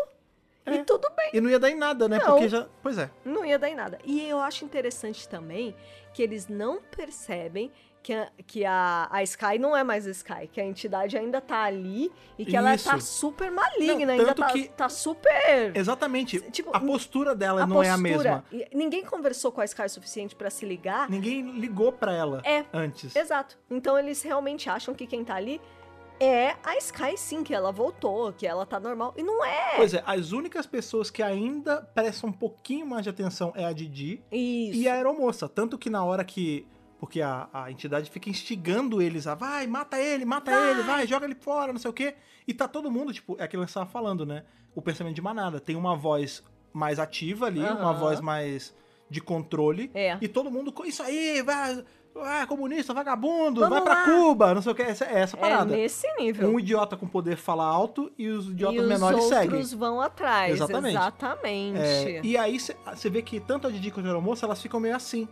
É.
e tudo bem.
E não ia dar em nada, né?
Não.
Porque já. Pois é.
Não ia dar em nada. E eu acho interessante também que eles não percebem que a, que a, a Sky não é mais a Sky, que a entidade ainda tá ali e que ela
Isso.
tá super maligna,
Não,
ainda
tanto
tá,
que-
tá super.
Exatamente.
Tipo,
a postura dela
a
não é a mesma.
E Ninguém conversou com a Sky o suficiente pra se ligar.
Ninguém ligou pra ela
É.
antes.
Exato. Então eles realmente acham que quem tá ali é a Sky, sim, que ela voltou, que ela tá normal. E não é
Pois é, as únicas pessoas que ainda prestam um pouquinho mais de atenção é a Didi
isso.
e a aeromoça. Tanto que na hora que. Porque a, a entidade fica instigando eles a vai, mata ele, mata ele, vai, joga ele fora, não sei o quê. E tá todo mundo, tipo, é aquilo que você tava falando, né? O pensamento de manada. Tem uma voz mais ativa ali, uma
Aham.
voz mais de controle.
É.
E todo mundo, "Co- isso aí, vai, vai comunista, vagabundo,
Vamos
vai pra
lá."
Cuba, não sei o quê. Essa, é essa
É
parada.
nesse nível.
um idiota com poder fala alto e os idiotas
e os
menores seguem.
outros vão atrás.
Exatamente.
Exatamente.
É, e aí você vê que tanto a Didi quanto a aeromoça, elas ficam meio assim.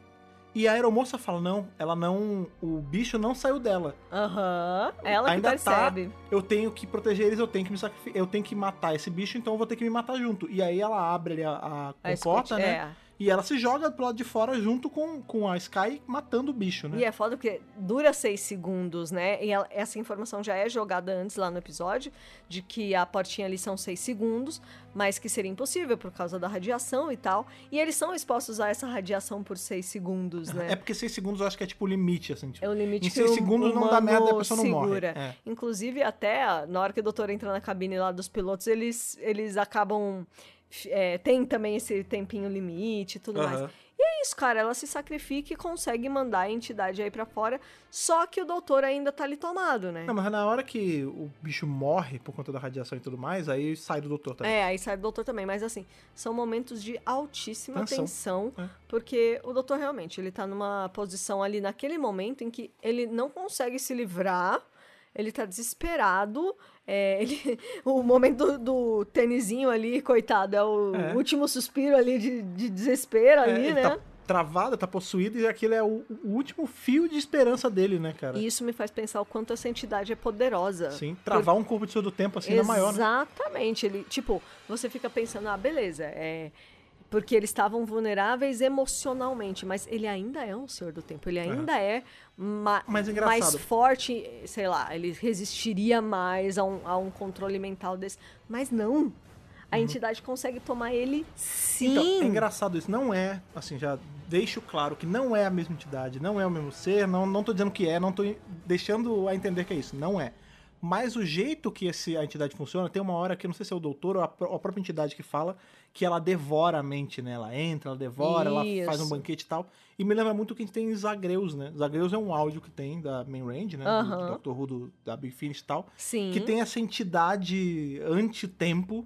E a aeromoça fala, não, ela não... O bicho não saiu dela.
Aham. Ela
Ainda tá
que percebe.
Eu tenho que proteger eles, eu tenho que me sacrificar, eu tenho que matar esse bicho, então eu vou ter que me matar junto. E aí ela abre ali a, a
A
comporta,
escute-
né?
é.
E ela se joga pro lado de fora junto com, com a Sky, matando o bicho, né?
E é foda porque dura seis segundos, né? E ela- essa informação já é jogada antes lá no episódio, de que a portinha ali são seis segundos, mas que seria impossível por causa da radiação e tal. E eles são expostos a essa radiação por seis segundos, né?
É porque seis segundos eu acho que é tipo o limite, assim. Tipo,
É o limite
em seis
que o
segundos não dá merda e a
humano
pessoa não morre.
segura.
É.
Inclusive, até a- na hora que o doutor entra na cabine lá dos pilotos, eles, eles acabam. fi- é, tem também esse tempinho limite e tudo mais.
Aham.
E aí é isso, cara. Ela se sacrifica e consegue mandar a entidade aí pra fora, só que o doutor ainda tá ali tomado, né?
Não, mas na hora que o bicho morre por conta da radiação e tudo mais, aí sai do doutor também.
É, aí sai o doutor também, mas assim, são momentos de altíssima
Tensão.
tensão,
É.
porque o doutor realmente, ele tá numa posição ali naquele momento em que ele não consegue se livrar, ele tá desesperado, é, ele- o momento do, do tênisinho ali, coitado, é o
É.
último suspiro ali de, de desespero
É,
ali,
ele
né?
tá travado, tá possuído, e aquele é o, o último fio de esperança dele, né, cara?
E isso me faz pensar o quanto essa entidade é poderosa.
Sim, travar um corpo de do tempo assim ainda maior, né?
Exatamente. Ele, tipo, você fica pensando, ah, beleza, é. Porque eles estavam vulneráveis emocionalmente, mas ele ainda é um senhor do tempo. Ele ainda é ma-
Mas é engraçado.
mais forte, sei lá, ele resistiria mais a um, a um controle mental desse. Mas não! A entidade consegue tomar ele sim.
Uhum. Então, é engraçado isso. Não é, assim, já deixo claro que não é a mesma entidade, não é o mesmo ser, não, não tô dizendo que é, não tô deixando a entender que é isso. Não é. Mas o jeito que esse, a entidade funciona, tem uma hora que, eu não sei se é o doutor ou a, pró- a própria entidade que fala, que ela devora a mente, né? Ela entra, ela devora, ela faz um
Isso.
banquete e tal. E me lembra muito que a gente tem em Zagreus, né? Zagreus é um áudio que tem da Main Range, né? Do-
Aham.
Do Doctor Who, do- da Big Finish e tal
sim.
que tem essa entidade anti-tempo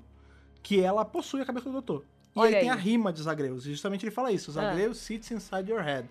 que ela possui a cabeça do doutor. E
Olha
aí, tem
aí. Ah.
a rima de Zagreus. E justamente ele fala isso: Zagreus sits inside your head.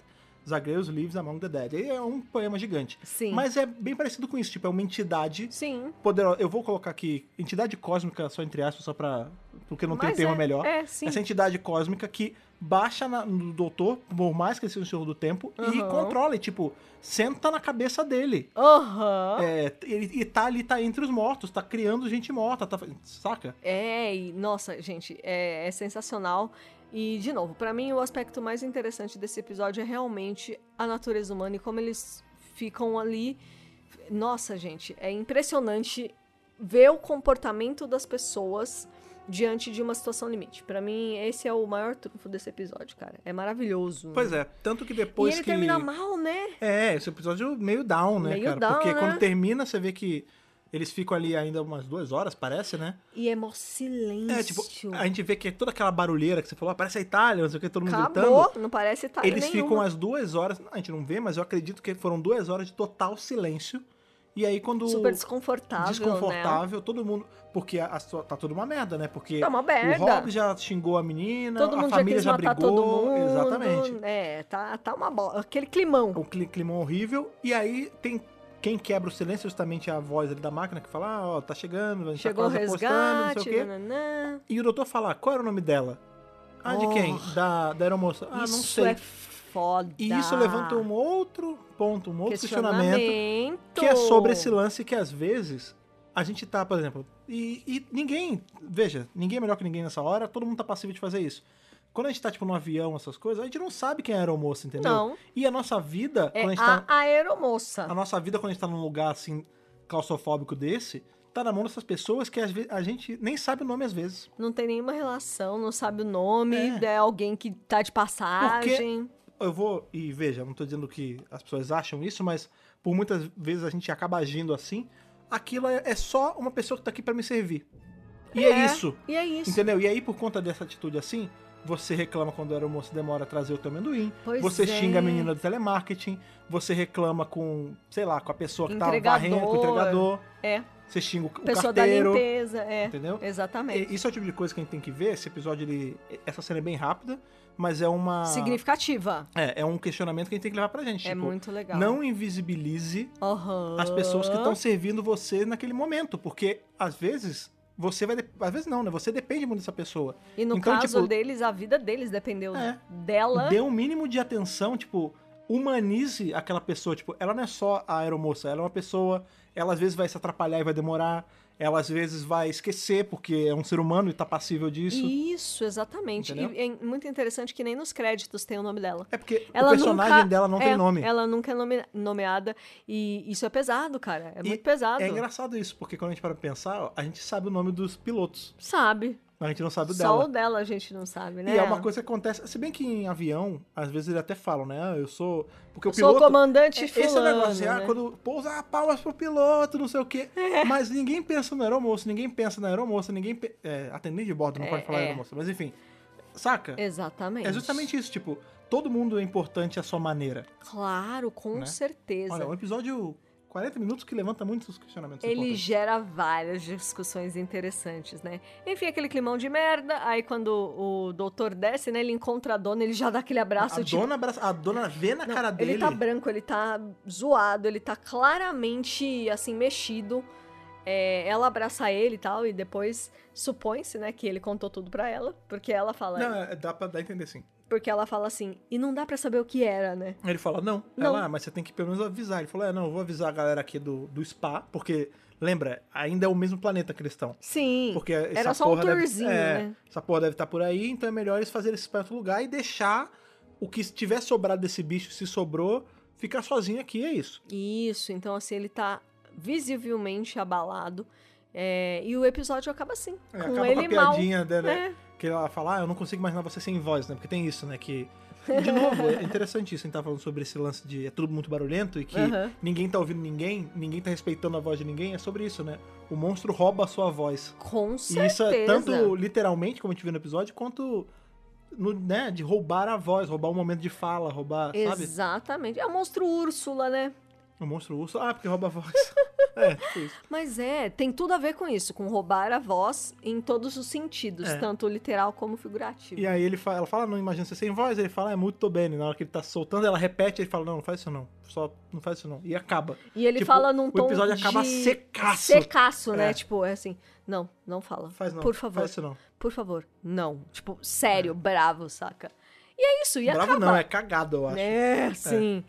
Zagreus lives among the dead. E é um poema gigante.
Sim.
Mas é bem parecido com isso, tipo, é uma entidade
Sim.
poderosa. Eu vou colocar aqui entidade cósmica, só entre aspas, só pra. Porque não tem
Mas
tema
é-
melhor.
É, sim.
Essa entidade cósmica que baixa na- no doutor, por mais que ele seja o senhor do tempo, e
Aham.
controla, e, tipo, senta na cabeça dele.
Aham.
É, ele, e tá ali, tá entre os mortos, tá criando gente morta, tá, saca?
É, e nossa, gente, é, é sensacional. E, de novo, pra mim o aspecto mais interessante desse episódio é realmente a natureza humana e como eles ficam ali. Nossa, gente, é impressionante ver o comportamento das pessoas diante de uma situação limite. Pra mim, esse é o maior trunfo desse episódio, cara. É maravilhoso.
Pois é, tanto que
e
depois
ele
que...
termina mal, né?
É, esse episódio meio down, né,
Meio
cara?
down,
Porque
né?
quando termina, você vê que eles ficam ali ainda umas duas horas, parece, né?
E é mó silêncio.
É, tipo, a gente vê que é toda aquela barulheira que você falou, ah, parece a Itália, não sei o que, todo mundo gritando.
Acabou, não parece Itália
Eles
nenhuma.
ficam as duas horas, a gente não vê, mas eu acredito que foram duas horas de total silêncio. E aí quando...
super desconfortável, né?
desconfortável, todo mundo. Porque a, a sua- tá tudo uma merda, né? Porque
Tá uma merda.
o Rob já xingou a menina,
Todo
a
mundo já
família
quis
já,
matar
brigou.
todo mundo.
Exatamente.
É, tá, tá uma bola. Aquele climão.
O cli- clima horrível. E aí tem. Quem quebra o silêncio é justamente a voz ali da máquina que fala: Ah, ó, tá chegando, a gente
Chegou o
tá quase apostando, não
resgate. né?
sei o quê.
nananã.
E o doutor fala: qual era o nome dela? Ah, de
Oh.
quem? Da, da aeromoça. Ah,
isso
não sei.
é foda.
E isso levanta um outro ponto, um outro questionamento.
questionamento.
que é sobre esse lance que às vezes a gente tá, por exemplo, e, e ninguém, veja, ninguém é melhor que ninguém nessa hora, todo mundo tá passivo de fazer isso. Quando a gente tá, tipo, no avião, essas coisas, a gente não sabe quem é a aeromoça, entendeu?
Não.
E a nossa vida,
É
quando a gente
a
tá.
aeromoça.
A nossa vida, quando a gente tá num lugar assim, claustrofóbico desse, tá na mão dessas pessoas que às vezes, a gente nem sabe o nome às vezes.
Não tem nenhuma relação, não sabe o nome,
É.
é, alguém que tá de passagem.
eu vou. E veja, não tô dizendo que as pessoas acham isso, mas por muitas vezes a gente acaba agindo assim. Aquilo é, é só uma pessoa que tá aqui pra me servir. E é, isso.
E é isso.
Entendeu? E aí, por conta dessa atitude assim, você reclama quando o aeromoço demora a trazer o teu amendoim.
Pois
Então, você
é.
xinga a menina do telemarketing. Você reclama com, sei lá, com a pessoa que tá
Entregador.
varrendo, com o entregador.
É.
Você xinga o, o
Pessoa
carteiro.
da limpeza, é.
Entendeu?
Exatamente.
E- Isso é o tipo de coisa que a gente tem que ver. Esse episódio, ele, essa cena é bem rápida, mas é uma.
Significativa.
É, é um questionamento que a gente tem que levar pra gente.
é
tipo,
muito legal.
Não invisibilize
Aham.
as pessoas que estão servindo você naquele momento, porque às vezes você vai. de- Às vezes não, né? Você depende muito dessa pessoa.
E no
Então,
caso
tipo-
deles, a vida deles dependeu
É.
dela.
Dê um mínimo de atenção, tipo, humanize aquela pessoa. Tipo, ela não é só a aeromoça, ela é uma pessoa. Ela às vezes vai se atrapalhar e vai demorar. Ela às vezes vai esquecer, porque é um ser humano e tá passível disso.
Isso, exatamente.
Entendeu?
E é muito interessante que nem nos créditos tem o nome dela.
É porque
Ela
o personagem
nunca-
dela não
é,
tem nome.
Ela nunca é nome- nomeada. E isso é pesado, cara. É
E
muito pesado.
É engraçado isso, porque quando a gente para pra pensar, ó, a gente sabe o nome dos pilotos,
Sabe.
mas a gente não sabe o
Só
dela.
o dela a gente não sabe, né?
E é uma coisa que acontece, se bem que em avião, às vezes eles até falam, né? Ah, eu sou. Porque
Eu
o piloto.
sou o comandante
esse é o
fulano,
negócio, assim, ah,
né?
quando pousa, ah, palmas pro piloto, não sei o quê. Mas ninguém pensa no aeromoço, ninguém pensa na aeromoça, ninguém. Pe... É, atendente de bordo não
É,
pode falar
é.
aeromoça, mas enfim. Saca?
né? Exatamente.
É justamente isso, tipo, todo mundo é importante à sua maneira.
Claro, com
Né?
certeza.
Olha, um episódio 40 minutos que levanta muitos questionamentos.
Ele
importantes.
gera várias discussões interessantes, né? Enfim, aquele climão de merda. Aí quando o doutor desce, né? Ele encontra a dona, ele já dá aquele abraço.
a,
tipo,
dona abraça- a dona vê na
Não,
cara dele.
Ele tá branco, ele tá zoado, ele tá claramente, assim, mexido. É, ela abraça ele e tal, e depois supõe-se, né, que ele contou tudo pra ela, porque ela fala,
Não, é, dá pra dar a entender sim.
porque ela fala assim, e não dá pra saber o que era, né?
Ele fala, não.
Não.
Ela, ah, mas você tem que pelo menos avisar. Ele falou, é, não, eu vou avisar a galera aqui do, do spa, porque, lembra, ainda é o mesmo planeta que eles estão.
Sim.
Porque essa
Era só um
porra
tourzinho,
deve, é,
né?
Essa porra deve estar por aí, então é melhor eles fazerem esse pra outro lugar e deixar o que tiver sobrado desse bicho, se sobrou, ficar sozinho aqui, é isso.
Isso, então assim, ele tá visivelmente abalado. é, e o episódio acaba assim,
É,
com
acaba
ele
com a
mal.
piadinha dela,
É.
que ela fala, ah, eu não consigo imaginar você sem voz, né? Porque tem isso, né? Que, de novo, é interessante isso, a gente tá falando sobre esse lance de é tudo muito barulhento e que
Aham.
ninguém tá ouvindo ninguém, ninguém tá respeitando a voz de ninguém, é sobre isso, né? O monstro rouba a sua voz.
Com certeza.
E isso é tanto literalmente, como a gente viu no episódio, quanto no, né, de roubar a voz, roubar o momento de fala, roubar, sabe?
Exatamente. É o monstro Úrsula, né?
O monstro urso. Ah, porque rouba a voz. é, tipo isso.
Mas é, tem tudo a ver com isso, com roubar a voz em todos os sentidos,
É.
tanto literal como figurativo.
E aí ele fala, ela fala, "Ah, não imagina você sem voz, ele fala, é muito bem. Na hora que ele tá soltando, ela repete, ele fala, não, não faz isso não. Só não faz isso não. E acaba.
E ele
Tipo,
fala num
o
tom
episódio
de...
acaba secaço.
Secaço, né?
É.
Tipo, é assim, não, não fala.
Faz não.
Por favor,
Faz isso não.
por favor, não. Tipo, sério, bravo, saca? E é isso, e
Bravo
acaba.
não, é cagado, eu acho.
É, assim,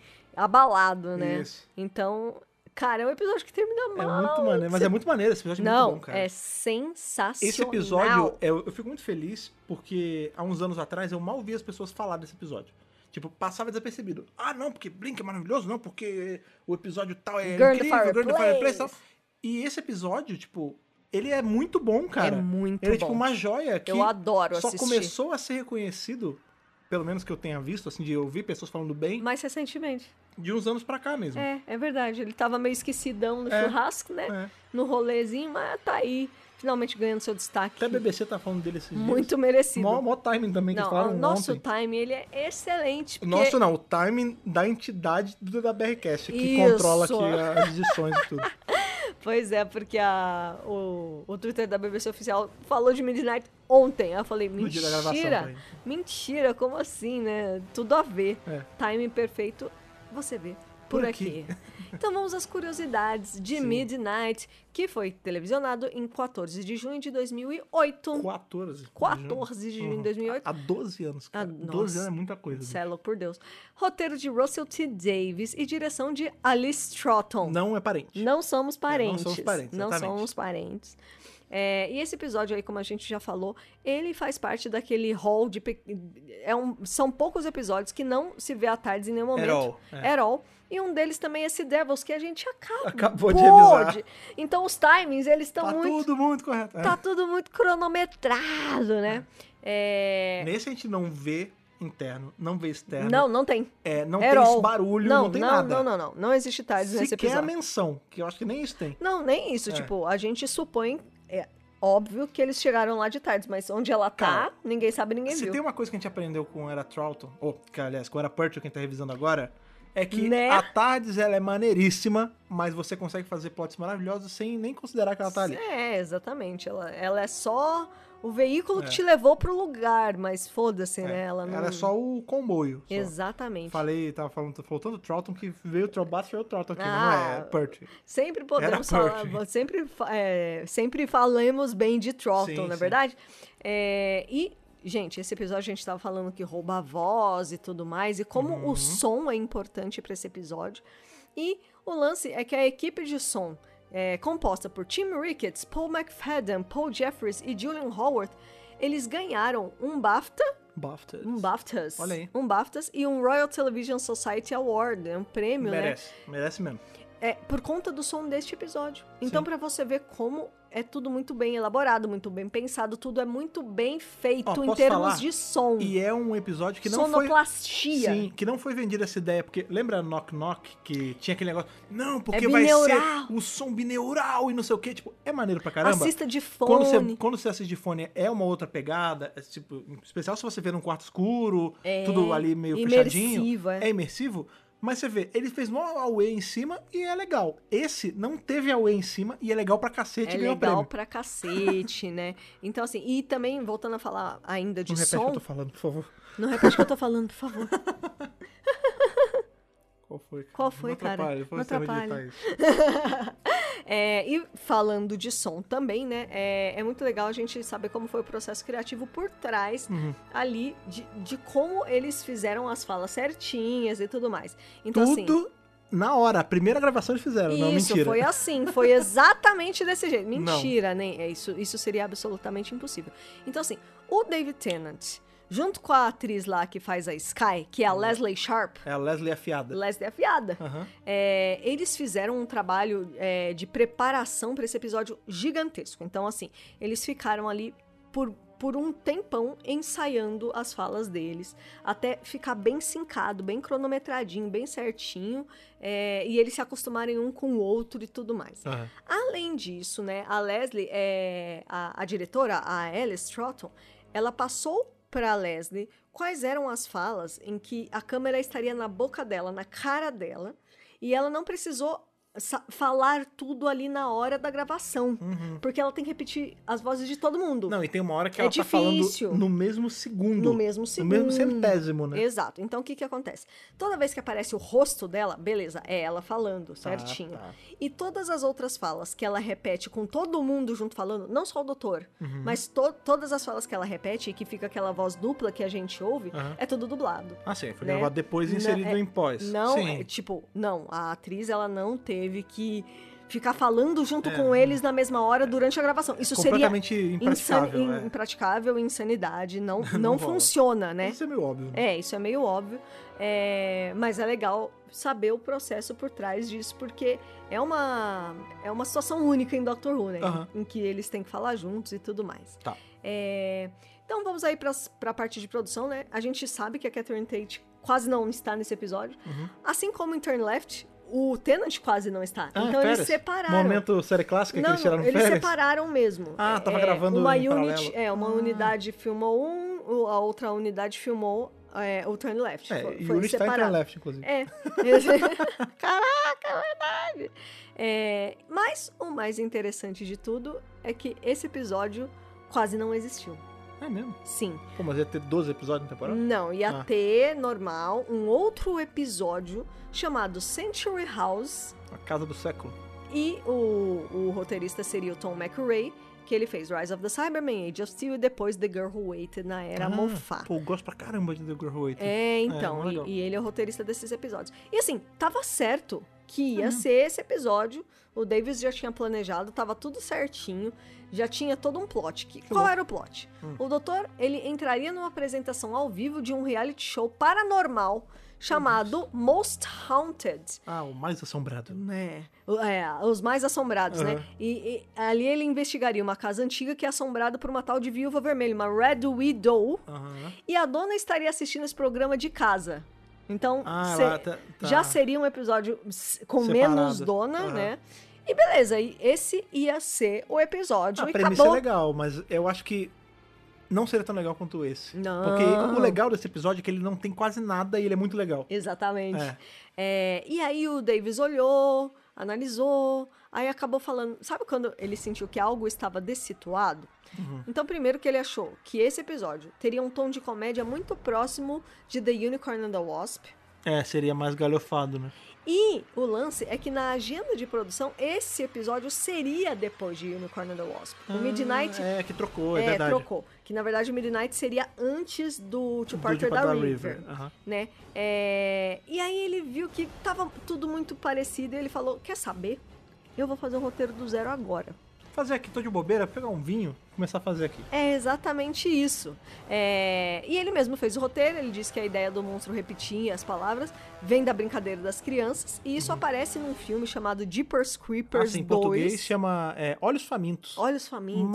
abalado, né?
Isso.
Então, cara, é um episódio que termina
É
mal.
muito maneiro, mas é muito maneiro, esse episódio é
Não,
muito bom, cara.
é sensacional.
Esse episódio, é, eu, eu fico muito feliz porque há uns anos atrás eu mal vi as pessoas falar desse episódio. Tipo, passava desapercebido. Ah, não, porque Blink é maravilhoso, não, porque o episódio tal é
Girl in the
incrível, Girl in the Fireplace
Fireplace.
e tal. E esse episódio, tipo, ele é muito bom, cara.
é muito
ele é
bom.
tipo uma joia que
Eu adoro
só
assistir.
começou a ser reconhecido, pelo menos que eu tenha visto, assim, de ouvir pessoas falando bem,
Mais recentemente.
de uns anos pra cá mesmo.
É, é verdade. Ele tava meio esquecidão no
É.
churrasco, né?
É.
No rolezinho, mas tá aí. Finalmente ganhando seu destaque.
Até a BBC tá falando dele esses dias.
Muito merecido.
Mó, mó timing também, que
Não,
falaram
o nosso
ontem.
time, ele é excelente. Porque
Nosso não, o timing da entidade do- da BRCast, que
Isso.
controla aqui as edições e tudo.
Pois é, porque a, o, o Twitter da BBC Oficial falou de Midnight ontem. Aí eu falei,
No dia da gravação,
mentira.
porém.
Mentira, como assim, né? Tudo a ver.
É.
Time perfeito, você vê. Por,
Por
aqui. Então vamos às curiosidades de Midnight, que foi televisionado em 14 de junho de 2008.
14.
14 de junho de 2008.
Há 12 anos, cara.
Ah,
12
nossa.
anos é muita coisa. né?
Celo, por Deus. Roteiro de Russell T. Davis e direção de Alice Trotton.
Não é parente.
Não somos parentes.
somos parentes,
Não
exatamente.
somos parentes. É, e esse episódio aí, como a gente já falou, ele faz parte daquele hall de. pe- É um, são poucos episódios que não se vê à tarde em nenhum momento.
all, é.
At all. E um deles também é esse Devils, que a gente acabou,
Acabou de revisar.
de- Então os timings, eles estão
Tá
muito.
tudo muito correto. É.
Tá tudo muito cronometrado, né? É,
Nesse a gente não vê interno, não vê externo.
Não, não tem.
é, não
at
tem
all.
esse barulho, não,
não,
tem
não,
nada.
não, não, não. Não existe tardes nesse
Sequer a
episódio.
menção, que eu acho que nem isso tem.
Não, nem isso.
É.
Tipo, a gente supõe. É óbvio que eles chegaram lá de tarde, mas onde ela tá,
Cara,
ninguém sabe, ninguém
Se
viu.
tem uma coisa que a gente aprendeu com Era Troughton, ou, que, aliás, com Era Pertwee, que a gente tá revisando agora, é que
Né?
a Tardes, ela é maneiríssima, mas você consegue fazer plots maravilhosos sem nem considerar que ela tá ali.
É, exatamente. Ela, ela é só o veículo
É.
que te levou pro lugar, mas foda-se,
É,
né? Ela não.
é só o comboio. só.
Exatamente.
Falei, tava falando, faltando o Troughton, que veio o Trombats, veio o Troughton aqui,
Ah.
não é Pertwee.
Sempre podemos
Era
falar,
Pertwee.
sempre, fa- é, sempre falamos bem de Trotton,
Sim,
não é
sim.
verdade? É, e, gente, esse episódio a gente tava falando que rouba a voz e tudo mais, e como
Uhum.
o som é importante para esse episódio. E o lance é que a equipe de som, é, composta por Tim Ricketts, Paul McFadden, Paul Jeffries e Julian Howard, eles ganharam um BAFTA
Buffed.
um BAFTAs.
Olha aí.
Um BAFTAs e um Royal Television Society Award, né? um prêmio, né?
Merece, merece mesmo.
é por conta do som deste episódio. Então, para você ver como é tudo muito bem elaborado, muito bem pensado, tudo é muito bem feito
Ó,
em
posso
termos
falar?
de som.
E é um episódio que não foi...
Sonoplastia.
Sim, que não foi vendida essa ideia, porque lembra Knock Knock, que tinha aquele negócio, não, porque
É
vai ser
bineural." Assim,
o som bineural e não sei o quê, tipo, é maneiro pra caramba.
Assista de fone.
Quando você, quando você assiste de fone é uma outra pegada, é tipo, em especial se você vê num quarto escuro,
É,
tudo ali meio fechadinho.
imersiva.
É imersivo, mas você vê, ele fez mó away em cima e é legal. Esse não teve away em cima e é legal pra cacete
É
e ganhou
legal
prêmio.
pra cacete, né? Então, assim, e também, voltando a falar ainda de
Não repete o que eu
som.
tô falando, por favor.
Não repete o que eu tô falando, por favor.
Qual foi?
Qual foi,
não
cara?
Atrapalha, depois
Não
você vai editar
atrapalha.
isso.
É, e falando de som também, né? É, é muito legal a gente saber como foi o processo criativo por trás
Uhum.
ali de, de como eles fizeram as falas certinhas e tudo mais. Então, assim.
Tudo na hora. A primeira gravação eles fizeram, não
Isso,
mentira.
foi assim, foi exatamente desse jeito.
Não.
Mentira, nem é isso, isso seria absolutamente impossível. Então assim, o David Tennant, junto com a atriz lá que faz a Sky, que é
Uhum.
a Leslie Sharp,
É a Leslie afiada.
Leslie afiada,
Aham.
é, eles fizeram um trabalho é, de preparação para esse episódio gigantesco. Então, assim, eles ficaram ali por, por um tempão ensaiando as falas deles, até ficar bem sincado, bem cronometradinho, bem certinho, é, e eles se acostumarem um com o outro e tudo mais.
Aham.
Além disso, né, a Leslie, é, a, a diretora, a Alice Trotton, ela passou para Leslie quais eram as falas em que a câmera estaria na boca dela, na cara dela, e ela não precisou sa- falar tudo ali na hora da gravação,
Uhum.
porque ela tem que repetir as vozes de todo mundo
Não, e tem uma hora que
É
ela tá
difícil.
falando no mesmo segundo.
no mesmo
no
segundo.
mesmo centésimo, né?
Exato. Então o que que acontece? Toda vez que aparece o rosto dela, beleza, é ela falando,
Tá,
certinho.
tá.
E todas as outras falas que ela repete com todo mundo junto falando, não só o doutor,
Uhum.
mas to- todas as falas que ela repete e que fica aquela voz dupla que a gente ouve,
Aham.
é tudo dublado.
Ah, sim. Foi
Né?
gravado depois e
Não,
inserido
é-
em pós.
Não,
sim.
é, tipo, não, a atriz ela não teve que ficar falando junto
É.
com eles na mesma hora durante a gravação. Isso seria
completamente
insan-
impraticável.
in-
é.
impraticável, insanidade, não, não,
Não rola.
funciona, né?
Isso é meio óbvio.
É, isso é meio óbvio, é, mas é legal saber o processo por trás disso, porque é uma, é uma situação única em Doctor Who, né?
Aham.
Em que eles têm que falar juntos e tudo mais.
Tá.
É, então vamos aí pras- pra parte de produção, né? A gente sabe que a Catherine Tate quase não está nesse episódio,
Uhum.
assim como em Turn Left, o Tennant quase não está.
Ah,
então
férias.
eles separaram.
Momento série clássica que
Não,
eles tiraram
não, eles
férias.
separaram mesmo. É,
Ah, tava gravando
uma
em
unit,
paralelo.
É, uma
Ah.
unidade filmou um, o- a outra unidade filmou é, o Turn Left.
É,
foi
e
foi
o Unity tá em turn
separado.
left, inclusive.
É. Caraca, é verdade. É, mas o mais interessante de tudo é que esse episódio quase não existiu.
É. mesmo.
Sim.
Pô, mas ia ter 12 episódios na temporada?
Não, ia
Ah.
ter normal um outro episódio chamado Century House.
A casa do século.
E o, o roteirista seria o Tom McRae, que ele fez Rise of the Cybermen, Age of Steel e depois The Girl Who Waited na era
Ah,
Moffat.
Pô, eu gosto pra caramba de The Girl Who Waited.
É,
É,
então,
mó
e-
legal.
e, ele é o roteirista desses episódios. E assim, tava certo que ia
É.
ser esse episódio, o Davis já tinha planejado, tava tudo certinho, já tinha todo um plot. Que, qual
louco.
era o plot?
Hum.
O doutor, ele entraria numa apresentação ao vivo de um reality show paranormal chamado Most Haunted.
Ah, o mais assombrado.
É, o- é, os mais assombrados, né?
Aham.
E, e ali ele investigaria uma casa antiga que é assombrada por uma tal de viúva vermelha, uma Red Widow.
Aham.
E a dona estaria assistindo esse programa de casa. Então,
Ah,
cê-
lá, tá, tá.
já seria um episódio s- com
Separado.
menos dona,
Aham.
né? E beleza, e esse ia ser o episódio.
A
um e
premissa
acabou.
é legal, mas eu acho que não seria tão legal quanto esse.
Não.
Porque o legal desse episódio é que ele não tem quase nada e ele é muito legal.
Exatamente.
É.
É, e aí o Davis olhou, analisou, aí acabou falando. Sabe quando ele sentiu que algo estava dessituado?
Uhum.
Então, primeiro que ele achou que esse episódio teria um tom de comédia muito próximo de The Unicorn and the Wasp.
É, seria mais galhofado, né?
E o lance é que na agenda de produção, esse episódio seria depois de Unicorn and the Wasp. O Midnight
Ah, É, que trocou, é,
é,
verdade.
trocou. Que na verdade o Midnight seria antes do To
Do
Parter
Deep
da,
Down
River
Aham.
né? É, E aí ele viu que tava tudo muito parecido e ele falou: Quer saber? Eu vou fazer um roteiro do zero agora.
fazer aqui, tô de bobeira, pegar um vinho começar a fazer aqui. Ah,
É exatamente isso. É, E ele mesmo fez o roteiro, ele disse que a ideia do monstro repetir as palavras vem da brincadeira das crianças, e isso aparece num filme chamado Jeepers Creepers
Assim, Uhum. em
2.
português chama é, Olhos Famintos.
Olhos famintos.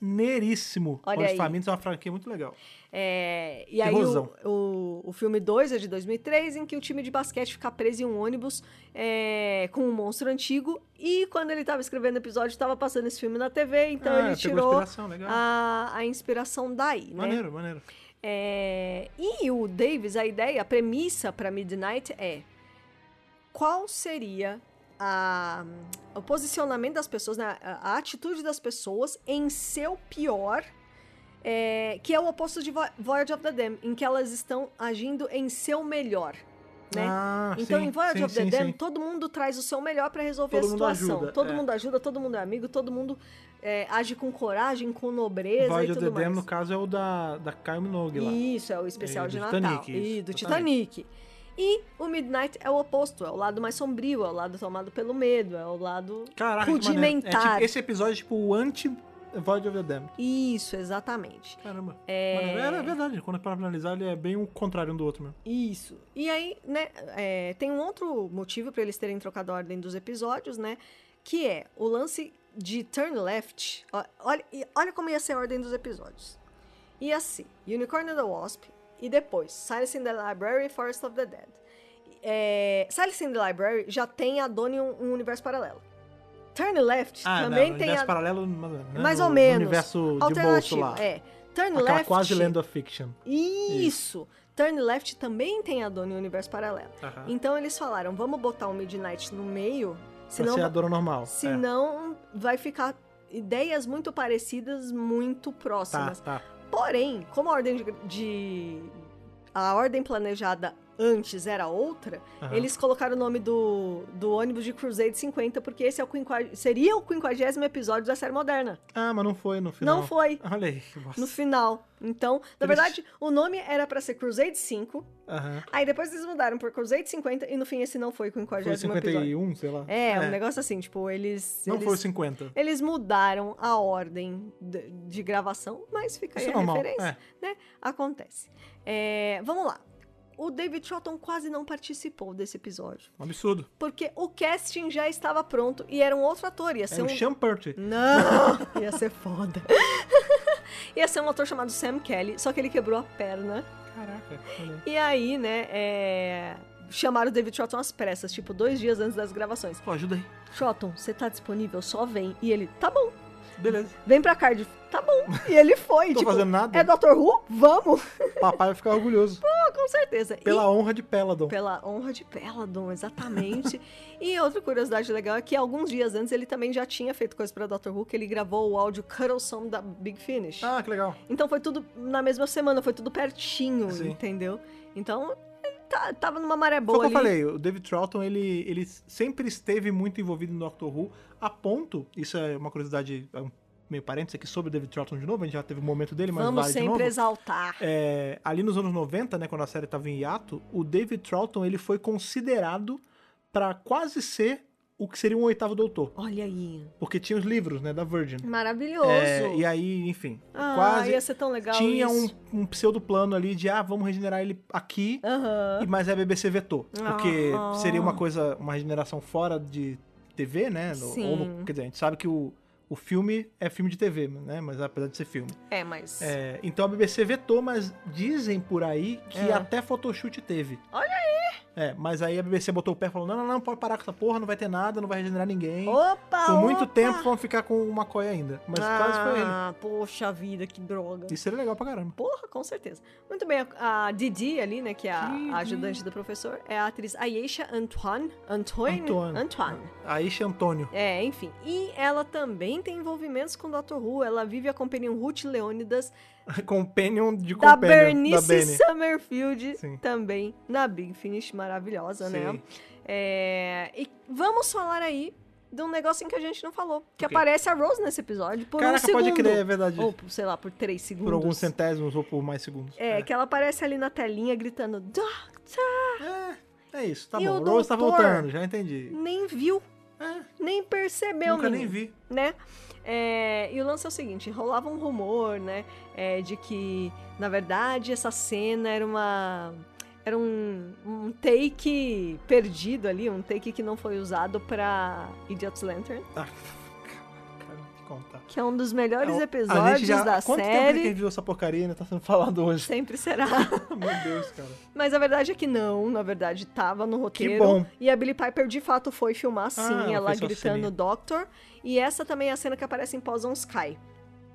Maneiríssimo.
Olha
Olhos
aí.
Famintos é uma franquia muito legal.
É, e aí
Terrorzão.
o, o, o filme 2 é de 2003, em que o time de basquete fica preso em um ônibus é, com um monstro antigo. E quando ele estava escrevendo o episódio, estava passando esse filme na TV, então
Ah,
ele
pegou
tirou
inspiração, legal.
a, a inspiração daí, né?
Maneiro, maneiro.
É, e o Davis, a ideia, a premissa para Midnight é qual seria a- o posicionamento das pessoas, né, a, a atitude das pessoas em seu pior, é, que é o oposto de Vo- Voyage of the Dam, em que elas estão agindo em seu melhor. Né?
Ah,
Então,
sim,
em Voyage
sim,
of the
sim,
Dam,
sim.
todo mundo traz o seu melhor pra resolver
Todo
a
mundo
situação.
ajuda,
todo
é.
mundo ajuda, todo mundo é amigo, todo mundo é, age com coragem, com nobreza
Voyage
e
of
tudo
the Dam,
mais.
no caso, é o da, da Kyle Minogue lá.
Isso, é o especial
E
de
do
Natal.
Titanic,
e
isso,
do
Titanic.
Titanic. E o Midnight é o oposto, é o lado mais sombrio, é o lado tomado pelo medo, é o lado
Caraca, que maneiro. É
rudimentar.
tipo- esse episódio é tipo o anti-Void of the Dam.
Isso, exatamente.
Caramba. É... é verdade, quando é para analisar, ele é bem o contrário um do outro mesmo.
Isso. E aí, né, é, tem um outro motivo pra eles terem trocado a ordem dos episódios, né? Que é o lance de turn left. Ó, Olha, e olha como ia ser a ordem dos episódios. Ia ser Unicorn and the Wasp e depois Silence in the Library e Forest of the Dead. É, Silence in the Library já tem a Dona em um, um universo paralelo. Turn left também
Ah, no
tem
universo
a...
paralelo, mais ou menos. né?
mais
No-
ou menos.
No universo de bolso
alternativo,
lá.
É. Turn
Aquela
left...
quase lendo a fiction.
Isso! Turn Left também tem a dona em universo paralelo.
Aham.
Então eles falaram, vamos botar o Midnight no meio,
Pra ser a
senão,
dona normal. é.
senão vai ficar ideias muito parecidas, muito
Tá,
próximas.
tá.
Porém, como a ordem de, de- a ordem planejada antes era outra,
Aham.
eles colocaram o nome do, do ônibus de Crusade 50, porque esse é o quinquag- seria o quinquagésimo episódio da série moderna.
Ah, mas não foi no final.
Não foi.
Olha aí, que bosta.
No final. Então,
Triste.
na verdade, o nome era pra ser Crusade 5,
Aham.
Aí depois eles mudaram por Crusade 50 e no fim esse não foi com o
Foi o
40 episódio.
51, sei lá.
É, um negócio assim, tipo, eles.
Não
eles,
foi o 50.
eles mudaram a ordem de, de gravação, mas fica aí
Isso é
a
normal.
referência,
É.
né? Acontece. É, vamos lá. O David Troughton quase não participou desse episódio.
Um absurdo.
Porque o casting já estava pronto e era um outro ator. Ia ser
É o
um.
Sean Pertwee.
Não! Ia ser foda. ia ser um ator chamado Sam Kelly, só que ele quebrou a perna.
Caraca, olha aí.
E aí, né, é... chamaram o David Shotton às pressas, tipo, dois dias antes das gravações.
Pô, ajuda aí.
Shotton, você tá disponível? Só vem. E ele, tá bom.
Beleza.
Vem pra Cardiff. Tá bom. E ele foi,
Tô
tipo...
fazendo nada.
É Doctor Who? Vamos!
Papai vai ficar orgulhoso.
Ah, com certeza. E-
Pela honra de Peladon.
pela honra de Peladon, exatamente. e outra curiosidade legal é que alguns dias antes ele também já tinha feito coisa pra Doctor Who, que ele gravou o áudio Cuddle Song da Big Finish.
Ah, que legal.
Então foi tudo na mesma semana, foi tudo pertinho,
Sim.
entendeu? Então, ele tá- tava numa maré
Foi o
boa
que eu
ali.
falei, o David Troughton, ele, ele sempre esteve muito envolvido no Doctor Who, a ponto, isso é uma curiosidade, é um meio parênteses aqui sobre o David Troughton de novo, a gente já teve o momento dele, mas
Vamos
vale de
sempre
novo.
exaltar.
É, ali nos anos 90, né, quando a série tava em hiato, o David Troughton, ele foi considerado pra quase ser o que seria um oitavo doutor,
Olha aí.
porque tinha os livros, né, da Virgin.
Maravilhoso.
É, e aí, enfim,
ah,
quase
ia ser tão legal
tinha um,
isso.
um pseudo plano ali de, ah, vamos regenerar ele aqui,
Aham.
e- Mas a BBC vetou. Porque
Ah.
seria uma coisa, uma regeneração fora de TV, né? No-
Sim.
ou no- quer dizer, a gente sabe que o, o filme é filme de TV, né? Mas apesar de ser filme.
É, mas...
É, então a BBC vetou, mas dizem por aí que
É.
até photoshoot teve.
Olha
aí! É, mas aí a BBC botou o pé e falou: não, não, não, pode parar com essa porra, não vai ter nada, não vai regenerar ninguém.
Opa,
Por muito
opa!
tempo vão ficar com uma coia ainda. Mas quase foi ele.
Ah, poxa vida, que droga.
Isso seria legal pra caramba.
Porra, com certeza. Muito bem, a a Didi ali, né, que é a
Didi.
a ajudante do professor, é a atriz Ayesha Antoine. Antoine?
Antoine.
Antoine.
Aí, Antônio.
É, enfim. E ela também tem envolvimentos com o Dr. Who. Ela vive a Companion Ruth Leônidas
Companion de
da
companion,
Bernice
da Bernie.
Summerfield,
Sim.
também na Big Finish, maravilhosa, né?
Sim.
É, e vamos falar aí de um negocinho que a gente não falou, que
O quê?
aparece a Rose nesse episódio por um
Caraca,
segundo.
pode crer, é verdade.
Ou, por, sei lá, por três segundos.
Por alguns centésimos ou por mais segundos.
É, que ela aparece ali na telinha gritando, Doctor!
É, é isso, tá
E
bom.
o
Rose tá
doutor?
voltando, já entendi.
Nem viu,
É,
nem percebeu,
nunca nem
menino,
vi.
né? É, e o lance é o seguinte: rolava um rumor, né? é, de que, na verdade, essa cena era uma. Era um, um take perdido ali, um take que não foi usado pra Idiot's Lantern,
Ah, cara, não te contar.
que é um dos melhores
A- a
episódios
gente já-
da
Quanto tempo que a
série.
gente viu essa porcaria e ainda tá sendo falado hoje?
Sempre será.
Meu Deus, cara.
Mas a verdade é que não, na verdade, tava no roteiro.
bom.
E a Billie Piper de fato foi filmar sim,
Ah, ela
ela
fez só a
gritando
ceninha.
Doctor. E essa também é a cena que aparece em Poison Sky.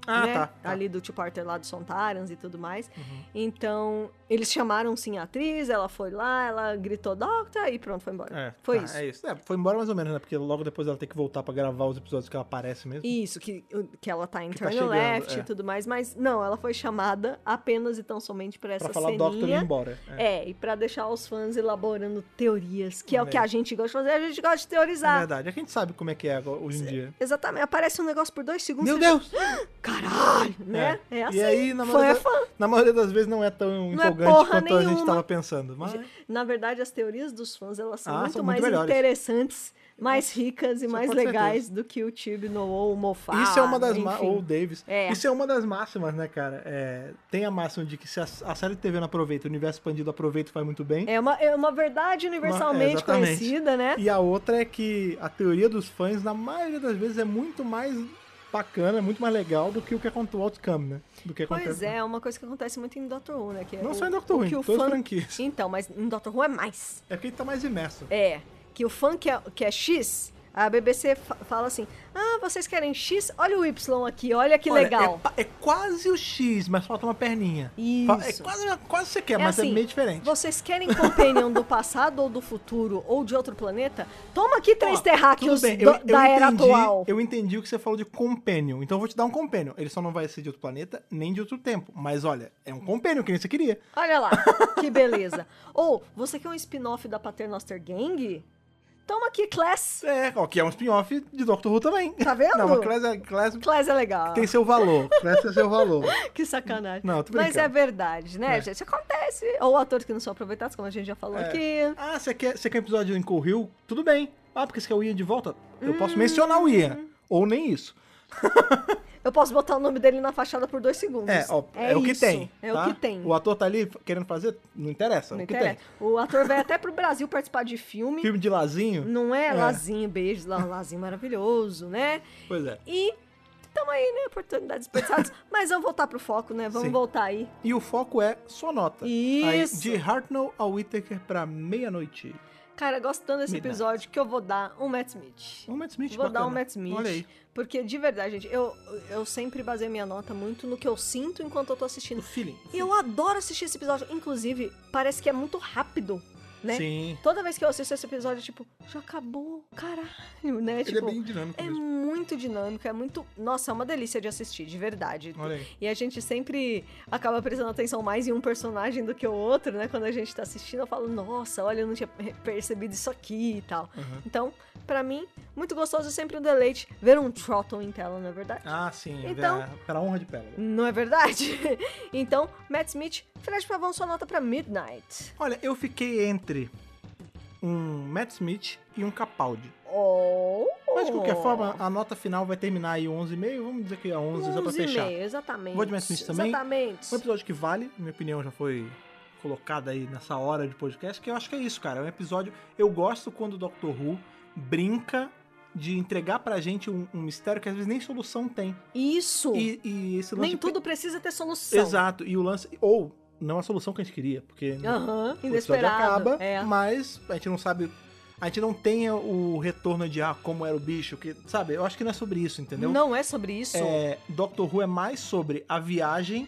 Ah,
né?
tá. tá.
Ali do Tio Parter lá do Sontarans e tudo mais.
Uhum.
Então, eles chamaram sim a atriz, ela foi lá, ela gritou Doctor e pronto, foi embora.
É,
Foi
tá,
isso.
É isso. É, foi embora mais ou menos, né? Porque logo depois ela tem que voltar pra gravar os episódios que ela aparece mesmo.
Isso, que, que ela tá em
Que tá
turn
chegando,
left
é.
e tudo mais, mas não, ela foi chamada apenas e tão somente pra essa
pra falar
ceninha.
Doctor e ir embora. É.
É, e pra deixar os fãs elaborando teorias, que é, o
É.
que a gente gosta de fazer, a gente gosta de
É
teorizar.
verdade. É que a gente sabe como é que é agora, hoje em dia.
Exatamente, aparece um negócio por dois segundos.
Meu
você já-
Deus!
Caralho, né? É, assim.
E aí, na
fã é
maioria,
fã.
da- na maioria das vezes, não é tão
Não é
empolgante
porra
quanto a gente
nenhuma.
tava pensando. Mas é.
Na verdade, as teorias dos fãs, elas são
Ah,
muito
são
mais
muito melhores. É.
interessantes, mais ricas e
Isso
mais
com
legais do que o Tibno ou o Mofá.
isso é uma das
enfim.
ma- ou o Davis.
É.
Isso é uma das máximas, né, cara? É, tem a máxima de que se a, a série de TV não aproveita, o universo expandido aproveita e faz muito bem.
É uma, é uma verdade universalmente
exatamente.
conhecida, né?
E a outra é que a teoria dos fãs, na maioria das vezes, é muito mais bacana, muito mais legal do que o que acontece o outcome, né? Do que
Pois
acontece.
é, é uma coisa que acontece muito em Doctor Who, né? Que é
Não
o-
só em Doctor
o
Who, em
que o
todas
fã...
as franquias.
Então, mas em Doctor Who é mais.
É porque ele tá mais imerso.
É, que o fã que é, que é X, a BBC fa- fala assim, ah, vocês querem X? Olha o Y aqui, olha que
Olha,
legal.
é pa- É, quase o X, mas falta uma perninha. Fa- É
Isso.
quase, quase você quer,
É
mas
assim,
é meio diferente.
Vocês querem Companion do passado ou do futuro ou de outro planeta? Toma aqui três
Ó,
terráqueos
tudo bem,
do-
eu- eu
da era
entendi-
atual.
Eu entendi o que você falou de Companion, então eu vou te dar um Companion. Ele só não vai ser de outro planeta, nem de outro tempo. Mas olha, é um Companion que nem você queria.
Olha lá, que beleza. ou, você quer um spin-off da Paternoster Gang? Toma aqui Class.
É, ó, que é um spin-off de Doctor Who também.
Tá vendo?
Não, mas Class, é- Class
Class é legal.
tem seu valor. Class tem seu valor.
Que sacanagem.
Não, tô
Mas
brincando.
é verdade, né,
É.
gente? Acontece. Ou atores que não são aproveitados, como a gente já falou
É.
aqui.
Ah, você quer, você quer um episódio em Cool Hill? Tudo bem. Ah, porque você quer o Ian de volta? Eu posso
Hum.
mencionar o Ian. Ou nem isso.
Eu posso botar o nome dele na fachada por dois segundos.
É, ó, é, o que
isso,
tem.
É
tá?
o que tem.
O ator tá ali querendo fazer? Não interessa. é
Não
o que
interessa. O ator vai até pro Brasil participar de filme.
tem. Filme de lazinho?
Não é?
É.
Lazinho, beijos, lá, Lazinho maravilhoso, né?
Pois é.
E tamo aí, né? Oportunidades desperdiçadas. mas vamos voltar pro foco, né? Vamos
Sim.
voltar aí.
E o foco é só nota.
Isso.
Aí, de Hartnell a Whittaker pra meia-noite.
Cara, gostando desse
Midnight.
episódio, que eu vou dar um Matt Smith.
Um Matt Smith
Vou
bacana.
dar um Matt Smith.
Olha aí.
Porque, de verdade, gente, eu, eu sempre baseio minha nota muito no que eu sinto enquanto eu tô
O
assistindo.
feeling.
E eu adoro assistir esse episódio. Inclusive, parece que é muito rápido, né?
Sim.
Toda vez que eu assisto esse episódio, tipo, já acabou, caralho, né?
Ele
tipo,
é bem dinâmico
é
mesmo.
muito dinâmico, é muito. Nossa, é uma delícia de assistir, de verdade.
Olha aí.
E a gente sempre acaba prestando atenção mais em um personagem do que o outro, né? Quando a gente tá assistindo, eu falo, nossa, olha, eu não tinha per- percebido isso aqui e tal.
Uhum.
Então, pra mim, muito gostoso e sempre um deleite ver um Trotton em tela, não é verdade?
Ah, sim.
Então-
é, Pra honra de pérola.
Não é verdade? então, Matt Smith, Fred Pavão, sua nota pra Midnight.
Olha, eu fiquei entre um Matt Smith e um Capaldi.
Oh!
Mas de qualquer forma, a nota final vai terminar aí 11,5. Vamos dizer que é 11, só pra
11,5,
fechar.
Exatamente.
Vou de Matt Smith também?
Exatamente.
Um episódio que vale, minha opinião já foi colocada aí nessa hora de podcast, que eu acho que é isso, cara. É um episódio. Eu gosto quando o Doctor Who brinca de entregar pra gente um, um mistério que às vezes nem solução tem.
Isso.
E, e esse lance.
Nem tudo precisa ter solução.
Exato. E o lance. Ou não é a solução que a gente queria, porque o
Aham,
episódio
Ah, inesperado.
acaba,
É.
mas a gente não sabe. A gente não tem o retorno de ah, como era o bicho, que. Sabe, eu acho que não é sobre isso, entendeu?
Não é sobre isso.
É, Doctor Who é mais sobre a viagem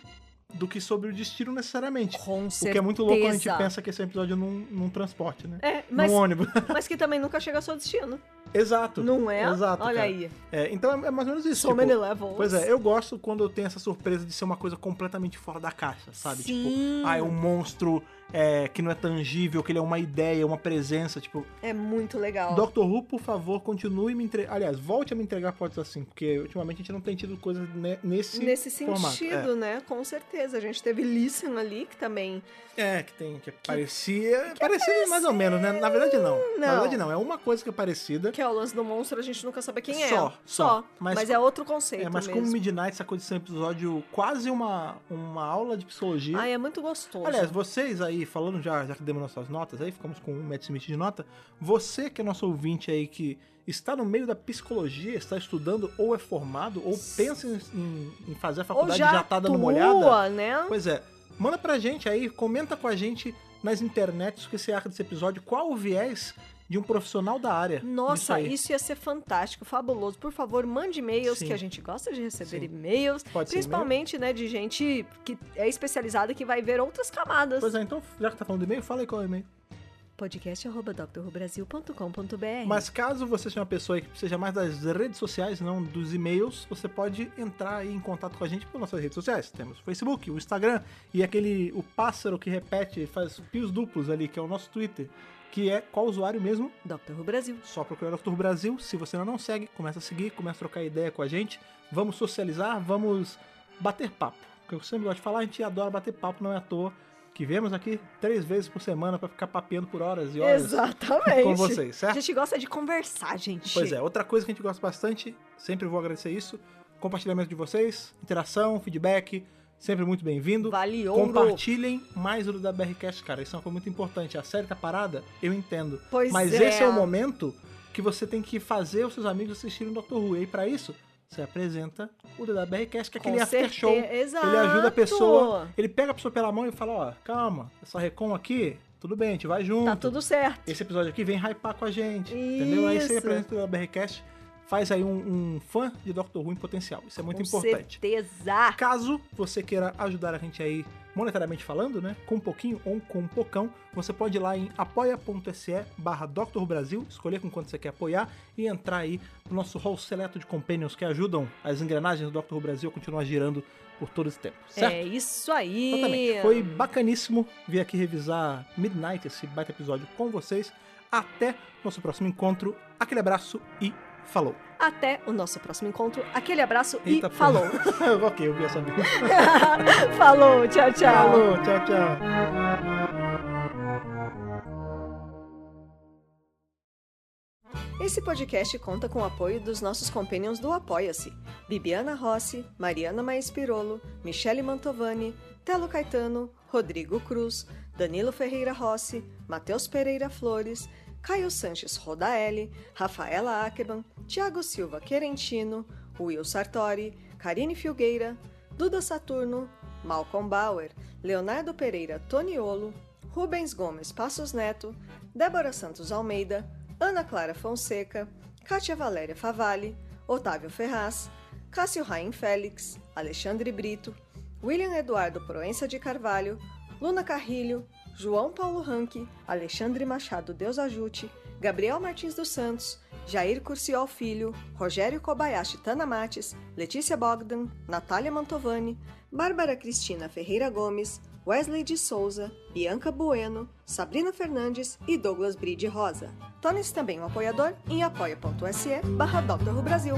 do que sobre o destino necessariamente.
Com certeza.
O que é muito louco quando a gente pensa que esse é um episódio num, num transporte, né?
É, mas,
Num ônibus.
mas que também nunca chega ao seu destino.
Exato.
Não é?
Exato,
Olha
cara.
aí.
É, então é, é mais ou menos isso.
So
tipo,
many levels.
pois é, eu gosto quando eu tenho essa surpresa de ser uma coisa completamente fora da caixa, sabe?
Sim.
Tipo, ah, é um monstro é, que não é tangível, que ele é uma ideia, uma presença, tipo...
É muito legal.
Doctor Who, por favor, continue me entregar... Aliás, volte a me entregar Pods assim, porque ultimamente a gente não tem tido coisas ne nesse
Nesse
formato.
sentido, né? Com certeza. A gente teve Listen ali, que também.
É, é, que tem... Que, parecia... parecia mais ou menos, né? Na verdade, não. Na
Não.
verdade, não. É uma coisa que é parecida.
Que é o lance do monstro, a gente nunca sabe quem é.
Só, só. Mas-
Mas, é outro conceito.
É, mas
mesmo.
como Midnight sacou de ser um episódio quase uma, uma aula de psicologia.
Ai, é muito gostoso.
Aliás, vocês aí, falando já, já que demos nossas notas aí, ficamos com um Matt Smith de nota. Você que é nosso ouvinte aí que está no meio da psicologia, está estudando ou é formado, ou pensa em, em- em fazer a
Ou
faculdade
já,
já tá dando uma
atua,
olhada.
né?
Pois é, manda pra gente aí, comenta com a gente nas internets o que você acha desse episódio, qual o viés de um profissional da área. nisso
Nossa,
aí.
isso ia ser fantástico, fabuloso. Por favor, mande e-mails,
Sim.
que a gente gosta de receber
Sim.
e-mails.
Pode ser e-mail?
Principalmente, né, de gente que é especializada e que vai ver outras camadas.
Pois é, então, já que tá falando de e-mail, fala aí qual é o e-mail.
podcast.drrubrasil.com.br
Mas caso você seja uma pessoa aí que seja mais das redes sociais, não dos e-mails, você pode entrar aí em contato com a gente pelas nossas redes sociais. Temos o Facebook, o Instagram e aquele o pássaro que repete, faz pios duplos ali, que é o nosso Twitter, que é qual usuário mesmo?
Dr. Who Brasil.
Só procurar Dr. Brasil. Se você ainda não segue, começa a seguir, começa a trocar ideia com a gente. Vamos socializar, vamos bater papo. Porque eu sempre gosto de falar, a gente adora bater papo, não é à toa que viemos aqui três vezes por semana pra ficar papeando por horas e horas
Exatamente.
com vocês, certo?
A gente gosta de conversar, gente.
Pois é, outra coisa que a gente gosta bastante, sempre vou agradecer isso, compartilhamento de vocês, interação, feedback, sempre muito bem-vindo.
Vale ouro.
Compartilhem mais o da BRCast, cara, isso é uma coisa muito importante. A série tá parada, eu entendo.
Pois
Mas
é.
esse é o momento que você tem que fazer os seus amigos assistirem o Dr. Who. E aí, pra isso, você apresenta o da BRCast, que é
Com
aquele after
certeza.
show.
Exato.
Ele ajuda a pessoa, ele pega a pessoa pela mão e fala, ó, calma, essa recon aqui, tudo bem, a gente vai junto
Tá tudo certo.
esse episódio aqui vem hypar com a gente. Entendeu? Aí você
Isso.
apresenta o BRCast, faz aí um, um fã de Doctor Who em potencial. Isso é muito
com
importante.
certeza.
Caso você queira ajudar a gente aí, monetariamente falando, né? Com um pouquinho ou com um pocão, você pode ir lá em apoia.se barra Dr. Brasil, escolher com quanto você quer apoiar e entrar aí no nosso hall seleto de companions que ajudam as engrenagens do Dr. Brasil a continuar girando por todo esse tempo, certo?
É isso aí.
Exatamente. Foi bacaníssimo vir aqui revisar Midnight, esse baita episódio com vocês. Até nosso próximo encontro. Aquele abraço e falou.
Até o nosso próximo encontro. Aquele abraço
Eita,
e
pô.
falou.
ok, eu vi essa vez.
falou, tchau, tchau.
Falou, tchau, tchau.
Esse podcast conta com o apoio dos nossos companions do Apoia-se: Bibiana Rossi, Mariana Maes Pirolo, Michele Mantovani, Telo Caetano, Rodrigo Cruz, Danilo Ferreira Rossi, Matheus Pereira Flores, Caio Sanches Rodaelli, Rafaela Ackerman, Tiago Silva Querentino, Will Sartori, Karine Filgueira, Duda Saturno, Malcolm Bauer, Leonardo Pereira Toniolo, Rubens Gomes Passos Neto, Débora Santos Almeida, Ana Clara Fonseca, Kátia Valéria Favalli, Otávio Ferraz, Cássio Raim Félix, Alexandre Brito, William Eduardo Proença de Carvalho, Luna Carrilho, João Paulo Ranque, Alexandre Machado Deus Ajute, Gabriel Martins dos Santos, Jair Curciol Filho, Rogério Kobayashi Tana Mates, Letícia Bogdan, Natália Mantovani, Bárbara Cristina Ferreira Gomes, Wesley de Souza, Bianca Bueno, Sabrina Fernandes e Douglas Bride Rosa. Torne-se também um apoiador em apoia.se barra Dr. Who Brasil.